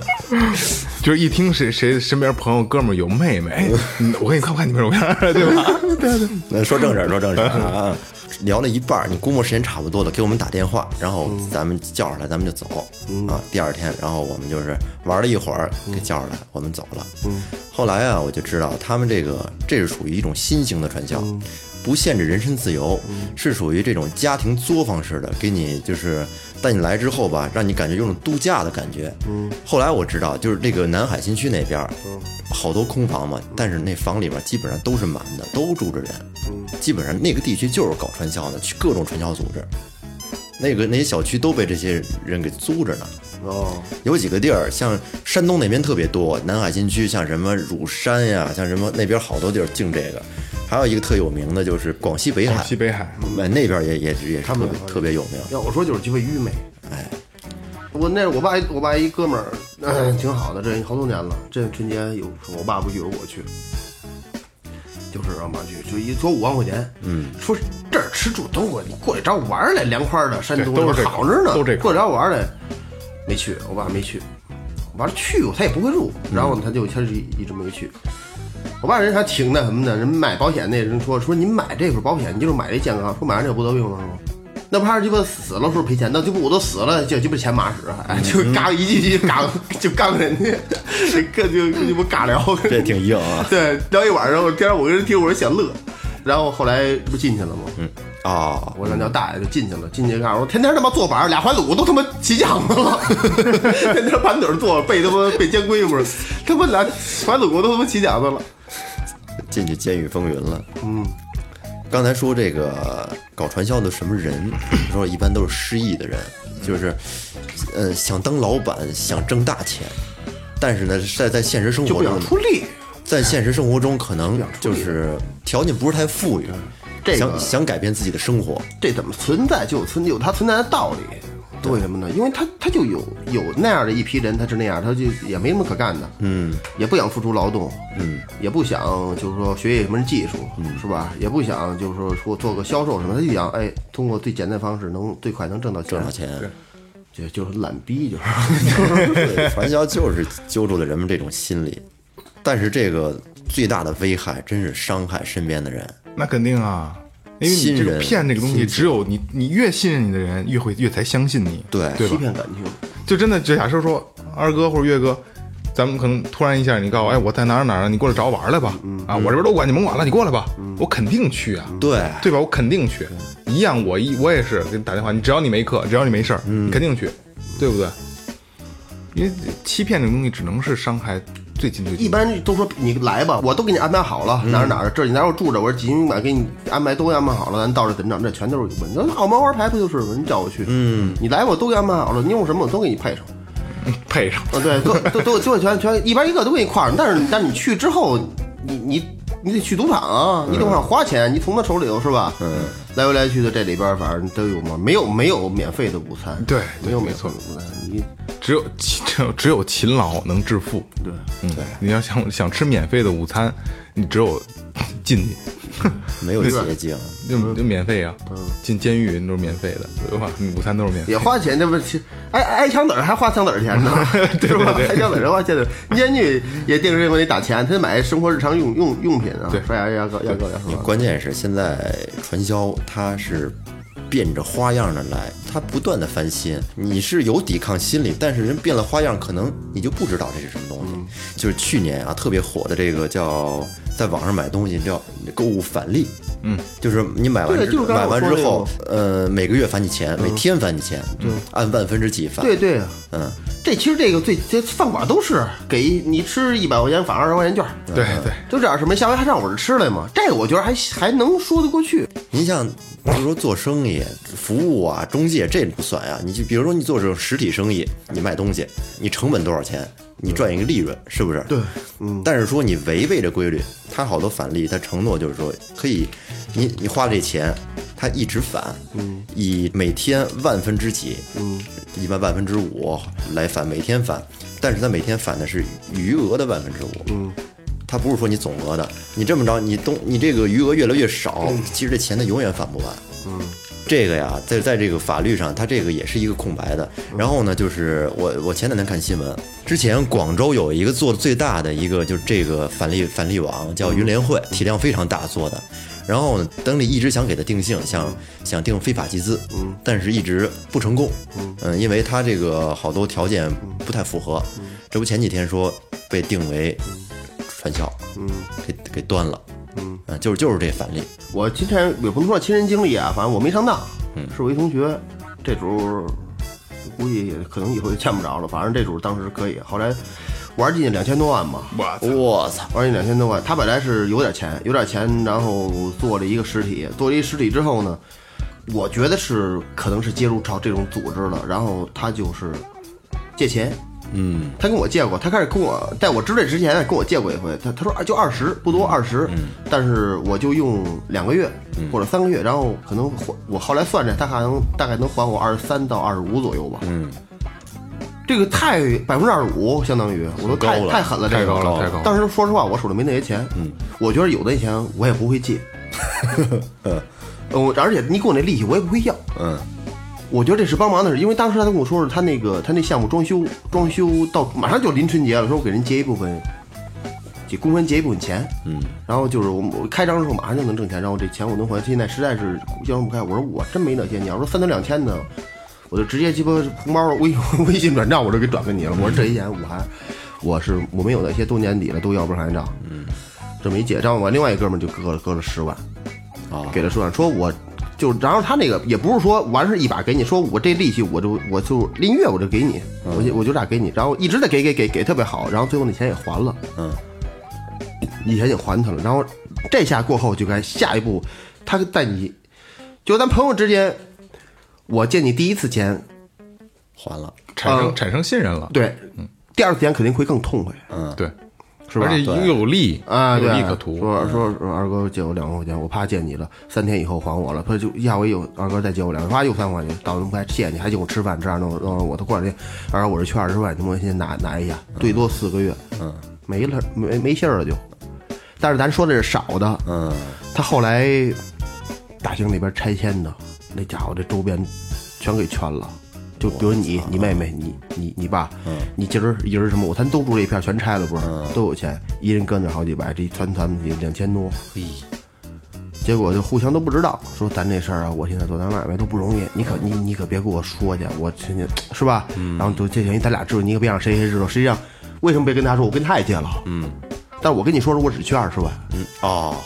S4: 就是一听谁谁身边朋友哥们儿有 妹妹，哎，嗯我给你看我看你妹妹，我看对吧？
S2: 呃那说正事儿，说正事儿啊。聊了一半儿，你估摸时间差不多了，给我们打电话，然后咱们叫上来，咱们就走、啊。第二天，然后我们就是玩了一会儿，给叫上来，我们走了。嗯，后来啊，我就知道他们这个这是属于一种新型的传销，不限制人身自由，是属于这种家庭作坊式的，给你就是带你来之后吧，让你感觉有种度假的感觉。嗯，后来我知道，就是这个南海新区那边儿，好多空房嘛，但是那房里边基本上都是满的，都住着人。基本上那个地区就是搞传销的，去各种传销组织，那个那些小区都被这些人给租着呢。
S6: 哦，
S2: 有几个地儿，像山东那边特别多，南海新区，像什么乳山呀，像什么那边好多地儿净这个。还有一个特有名的就是广西北海，
S4: 广西北海，
S2: 哎那边也也也是特别特别有名。
S6: 要我说就是鸡巴愚昧。哎，我那我爸我爸一哥们儿、呃挺好的，这好多年了。这春节有我爸不去，有我去，就是啊让妈去，就一说五万块钱，嗯，说这儿吃住都我你过来找我玩儿来，凉快儿的山东
S4: 对都
S6: 那
S4: 是这个
S6: 边好着呢，
S4: 都这个
S6: 过来找我玩儿来，没去，我爸没去，我爸去过他也不会住，然后他就他就一直没去。我爸人还挺那什么的，人买保险那人说说您买这份保险，你就是买这健康，说买完这不得病了吗？那怕是鸡巴死了时候赔钱， 那鸡巴我都死了，就鸡巴钱马使，还就嘎一句句嘎就杠人家，跟就就鸡巴尬聊，
S2: 这挺 硬啊
S6: 对，聊一晚上，我第二天我跟人听，我说想乐，然后后来不进去了吗？
S2: 啊、
S6: 我让叫大爷就进去了，进去看，我说天天他妈坐板儿，俩怀鲁都他妈起茧子了， 天天盘腿儿坐，背他妈背肩龟不是，他妈俩怀鲁国都他妈起茧子了。
S2: 进去《监狱风云》了。嗯，刚才说这个搞传销的什么人， 说一般都是失意的人，就是，呃，想当老板，想挣大钱，但是呢，在在现实生
S6: 就
S2: 活
S6: 不
S2: 中
S6: 想，出力。
S2: 在现实生活中可能就是条件不是太富
S6: 嗯
S2: 裕，
S6: 这个
S2: 想想改变自己的生活，
S6: 这怎么存在就有存有它存在的道理？为什么呢？因为他他就有有那样的一批人，他是那样，他就也没什么可干的，嗯，也不想付出劳动，嗯，也不想就是说学习什么技术，嗯，是吧？也不想就是说说做个销售什么，他就想哎，通过最简单的方式能最快能挣到钱，
S2: 挣到，钱。
S6: 就就是懒逼，就是就是
S2: 对，传销就是揪住了人们这种心理，但是这个最大的危害真是伤害身边的人。
S4: 那肯定啊，因为你这
S2: 信
S4: 个
S2: 任
S4: 骗这个东西，
S2: 信
S4: 只有你你越信任你的人，越会越才相信你，
S2: 对
S4: 对
S6: 欺
S4: 吧？
S6: 骗感情，
S4: 就真的，就假设说二哥或者岳哥，咱们可能突然一下，你告诉我，哎，我在哪儿哪儿，你过来找我玩儿来吧，
S2: 嗯
S4: 啊，我这边都管，你甭管了，你过来吧，我肯定去啊，
S2: 对
S4: 对吧？我肯定去，一样，我一我也是给你打电话，你只要你没课，只要你没事儿，
S6: 嗯
S4: 你肯定去，对不对？因为欺骗这个东西只能是伤害最近最近
S6: 一般都说你来吧，我都给你安排好了，
S4: 嗯
S6: 哪儿哪儿，这儿你哪儿我住着，我说几宾馆给你安排都安排好了，咱到这怎么整？这全都是你
S4: 嗯
S6: 说澳门玩牌不就是吗？你叫我去，嗯，你来我都给安排好了，你用什么我都给你配上。
S4: 配上，
S6: 啊，对，都都都都全全一边一个都给你挎上，但是但是你去之后，你你你得去赌场
S4: 嗯
S6: 啊，你赌场花钱，你从他手里头是吧？嗯，来回来去的这里边反正都有嘛，没有没有免费的午餐，
S4: 对
S6: 没有
S4: 对
S6: 免
S4: 没
S6: 费
S4: 错
S6: 的午餐，你
S4: 只有勤只有只有勤劳能致富，对，嗯，你要想想吃免费的午餐，你只有进去。
S2: 没有捷径。
S6: 嗯
S4: 就就免费啊，进监狱都是免费的，对吧？午餐都是免费
S6: 也花钱，这不是挨挨枪子儿还花枪子儿钱呢， 是吧？挨枪子儿还花枪子儿，监狱也定时给你打钱，他得买生活日常用用用品啊
S4: 对，
S6: 刷牙、牙膏、牙膏、牙刷。
S2: 关键是现在传销它是变着花样的来，它不断的翻新。你是有抵抗心理，但是人变了花样，可能你就不知道这是什么东西。
S6: 嗯
S2: 就是去年啊，特别火的这个叫在网上买东西叫购物返利，嗯，就是你买完
S6: 对
S2: 之
S6: 就是刚才
S2: 买
S6: 我
S2: 完
S6: 说
S2: 之
S6: 那嗯
S2: 后，呃，每个月返你钱，每天返你钱，按万分之几返。
S6: 对，对，
S2: 嗯，
S6: 这其实这个最这饭馆都是给你吃一百块钱返二十块钱券儿，
S4: 对对，
S6: 就这样是没下回还让我这吃来吗？这个我觉得还还能说得过去。
S2: 您像，比如说做生意、服务啊、中介，这不算啊呀。你就比如说你做这种实体生意，你卖东西，你成本多少钱，你赚一个利润，是不是？对，嗯。但是说你违背这规律，他好多返利，他承诺就是说可以，你你花这钱，他一直返，嗯，以每天万分之几，嗯，一般万分之五来返，每天返，但是他每天返的是余额的万分之五，嗯。他不是说你总额的，你这么着，你东你这个余额越来越少，其实这钱它永远返不完。嗯，这个呀，在在这个法律上，它这个也是一个空白的。然后呢，就是我我前两天看新闻，之前广州有一嗯个做的最大的一个就是这个返利返利网，叫云联会，体量非常大做的。然后呢，邓丽一直想给他定性，想想定非法集资，嗯，但是一直不成功，嗯，因为他这个好多条件不太符合，这不前几天说被定为传销，嗯，给给端了，嗯，就是就是这反例，
S6: 我经常也不能说亲身经历啊，反正我没上当，
S2: 嗯
S6: 是我一同学，这主估计也可能以后也见不着了，反正这主当时可以，后来玩进去两千多万吧，
S2: 我操，
S6: 玩进两千多万，他本来是有点钱，有点钱，然后做了一个实体，做了一实体之后呢，我觉得是可能是接触到这种组织了，然后他就是借钱。嗯，他跟我借过，他开始跟我在我知道之前跟我借过一回，他他说啊就二十，不多二十，但是我就用两个月或者三个月，然后可能还我后来算着，他还能大概能还我二十三到二十五左右吧。嗯，这个太百分之二十五，相当于我都太
S2: 高了
S6: 太狠了，这
S4: 太
S6: 个
S4: 高了太高了
S6: 当时说实话，我手里没那些钱，嗯，我觉得有那些钱我也不 会借，嗯，我而且你给我那利息我也不会要，
S2: 嗯，
S6: 我觉得这是帮忙的事，因为当时他跟我说是他那个他那项目装修装修到马上就临春节了，说我给人结一部分，给工人结一部分钱，嗯，然后就是我们我开张之后马上就能挣钱，然后这钱我能还，现在实在是要不开，我说我真没那些，你要说三三两千的，我就直接鸡巴红包微微信 转账我就给转给你了，我说这些钱我还我是我没有那些，都年底了都要不上账，嗯，这么一结账，我另外一哥们儿就割了割了十万，
S2: 啊
S6: 给了说说我就，然后他那个也不是说完事一把给你，说我这利息我就我就拎月我就给你，
S2: 嗯
S6: 我就我就这样给你，然后一直在给给给给特别好，然后最后那钱也还了，
S2: 嗯，
S6: 以前也还他了，然后这下过后就该下一步，他在你就咱朋友之间，我见你第一次钱，
S2: 还了，
S4: 产生
S6: 嗯
S4: 产生信任了，
S6: 对，第二次钱肯定会更痛快，
S4: 对，
S6: 是吧
S4: 而且又有利
S6: 啊，
S4: 又嗯
S6: 对
S4: 有
S6: 啊，
S4: 利可图，嗯
S6: 说说说二哥借我两万块钱，我怕借你了，三天以后还我了。他就下回有二哥再借我两万，啪又三万块钱，到那还借你，还请我吃饭，这样弄弄我。他过两天，二哥我这缺二十万，你们先拿拿一下，最多四个月，嗯，没了，没没信儿了就。但是咱说的是少的，
S2: 嗯，
S6: 他后来大兴那边拆迁的，那家伙这周边全给圈了。就比如你、你妹妹、你、你、你爸，你今儿一人什么，我咱都住这一片，全拆了不是？都有钱，一人跟着好几百，这一团团也两千多。
S2: 嘿，
S6: 结果就互相都不知道，说咱这事儿啊，我现在做咱买卖都不容易，你可你你可别给我说去，我亲戚是吧？然后就这些，咱俩知道，你可别让谁谁知道。实际上，为什么别跟他说？我跟他也借了，嗯，但是我跟你说说，我只缺二十万，
S4: 嗯
S6: 嗯
S2: 哦，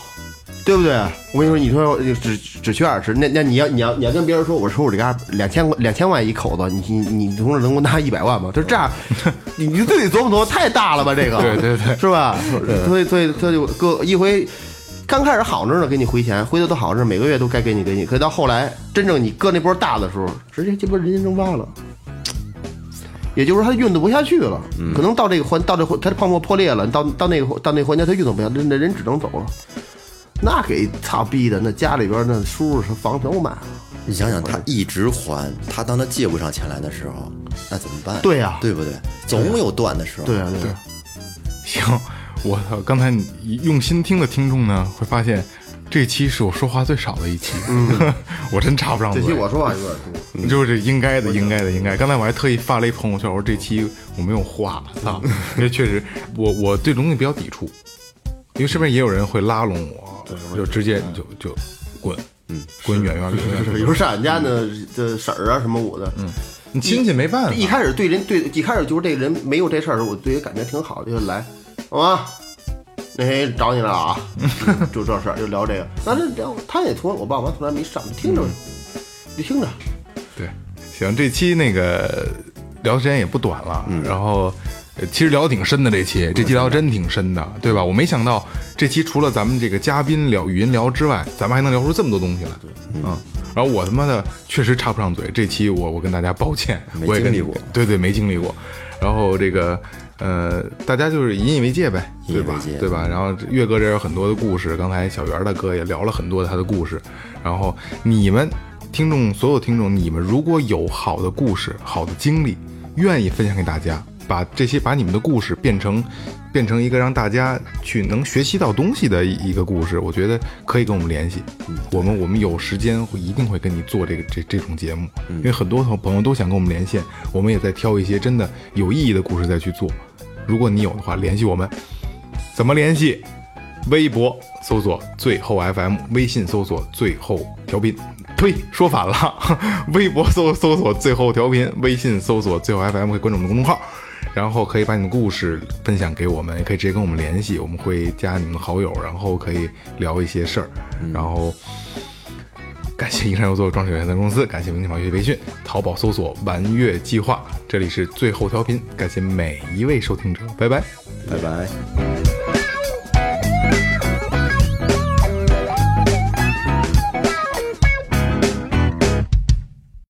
S6: 对不对？我跟你说，你说我只只缺二十，那那你要你要你要跟别人说，我说我这家两千两千万一口子，你你你从这能给我拿一百万吗？就 这样，你你对你琢磨琢磨，太大了吧？这个，
S4: 对对对
S6: 是吧？所以所以他就各一回，刚开始好着呢，给你回钱，回的都好着，每个月都该给你给你，可到后来真正你搁那波大的时候，直接这波人间蒸发了。也就是说，他运作不下去了，可能到这个环，到这环，他的泡沫破裂了，到到那个到那个环节，他运作不下去，那那人只能走了。那给操逼的，那家里边那叔叔是房都买了。
S2: 你想想，他
S6: 嗯
S2: 一直还，他当他借不上钱来的时候，那怎么办？
S6: 对呀
S2: 对不对？总有断的时候。
S6: 对啊，对啊，
S4: 行，我操！刚才你用心听的听众呢，会发现这期是我说话最少的一期， 我真插不上
S6: 嗯这
S4: 嘴。
S6: 期我说话有点多。
S4: 就是应该的，应该的，应该。刚才我还特意发了一朋友圈，我说这期我没有话， 操！这确实，我我对东西比较抵触，因为身边也有人会拉拢我，就直接
S6: 嗯
S4: 就就滚，嗯，滚远远远远。
S6: 有时候上俺家呢，这婶儿啊什么我的，
S4: 你亲戚没办法，
S6: 一开始对人对一开始就是这人没有这事儿的时候，我对人感觉挺好的，就来，好吗？那谁找你来了啊？就这事儿就聊这个，但是聊他也从来我爸我妈从来没上，听着就听着，
S4: 对，行，这期那个聊时间也不短了，
S2: 嗯
S4: 然后呃其实聊得挺深的这期，这期聊得真挺深的，对吧？我没想到这期除了咱们这个嘉宾聊语音聊之外，咱们还能聊出这么多东西来，嗯。然后我他妈的确实插不上嘴，这期我我跟大家抱歉，
S2: 没
S4: 我也跟
S2: 经历过
S4: 对对，没经历过。然后这个呃，大家就是引以为戒呗，
S2: 引以
S4: 对吧
S2: 为戒？
S4: 对吧？然后岳哥这儿有很多的故事，刚才小袁大哥也聊了很多他的故事。然后你们听众，所有听众，你们如果有好的故事、好的经历，愿意分享给大家，把这些把你们的故事变成变成一个让大家去能学习到东西的一一个故事，我觉得可以跟我们联系。我们我们有时间会一定会跟你做这个这这种节目，因为很多朋友都想跟我们连线，我们也在挑一些真的有意义的故事再去做。如果你有的话，联系我们。怎么联系？微博搜索最后 FM，微信搜索最后调频。呸，说反了， 微博搜搜索最后调频，微信搜索最后 FM，可以关注我们的公众号。然后可以把你的故事分享给我们，也可以直接跟我们联系，我们会加你们的好友，然后可以聊一些事儿。然后感谢一山游作装饰有限责任公司，感谢明天法学习培训，淘宝搜索“玩乐计划”，这里是最后调频，感谢每一位收听者，拜拜。
S2: 拜拜。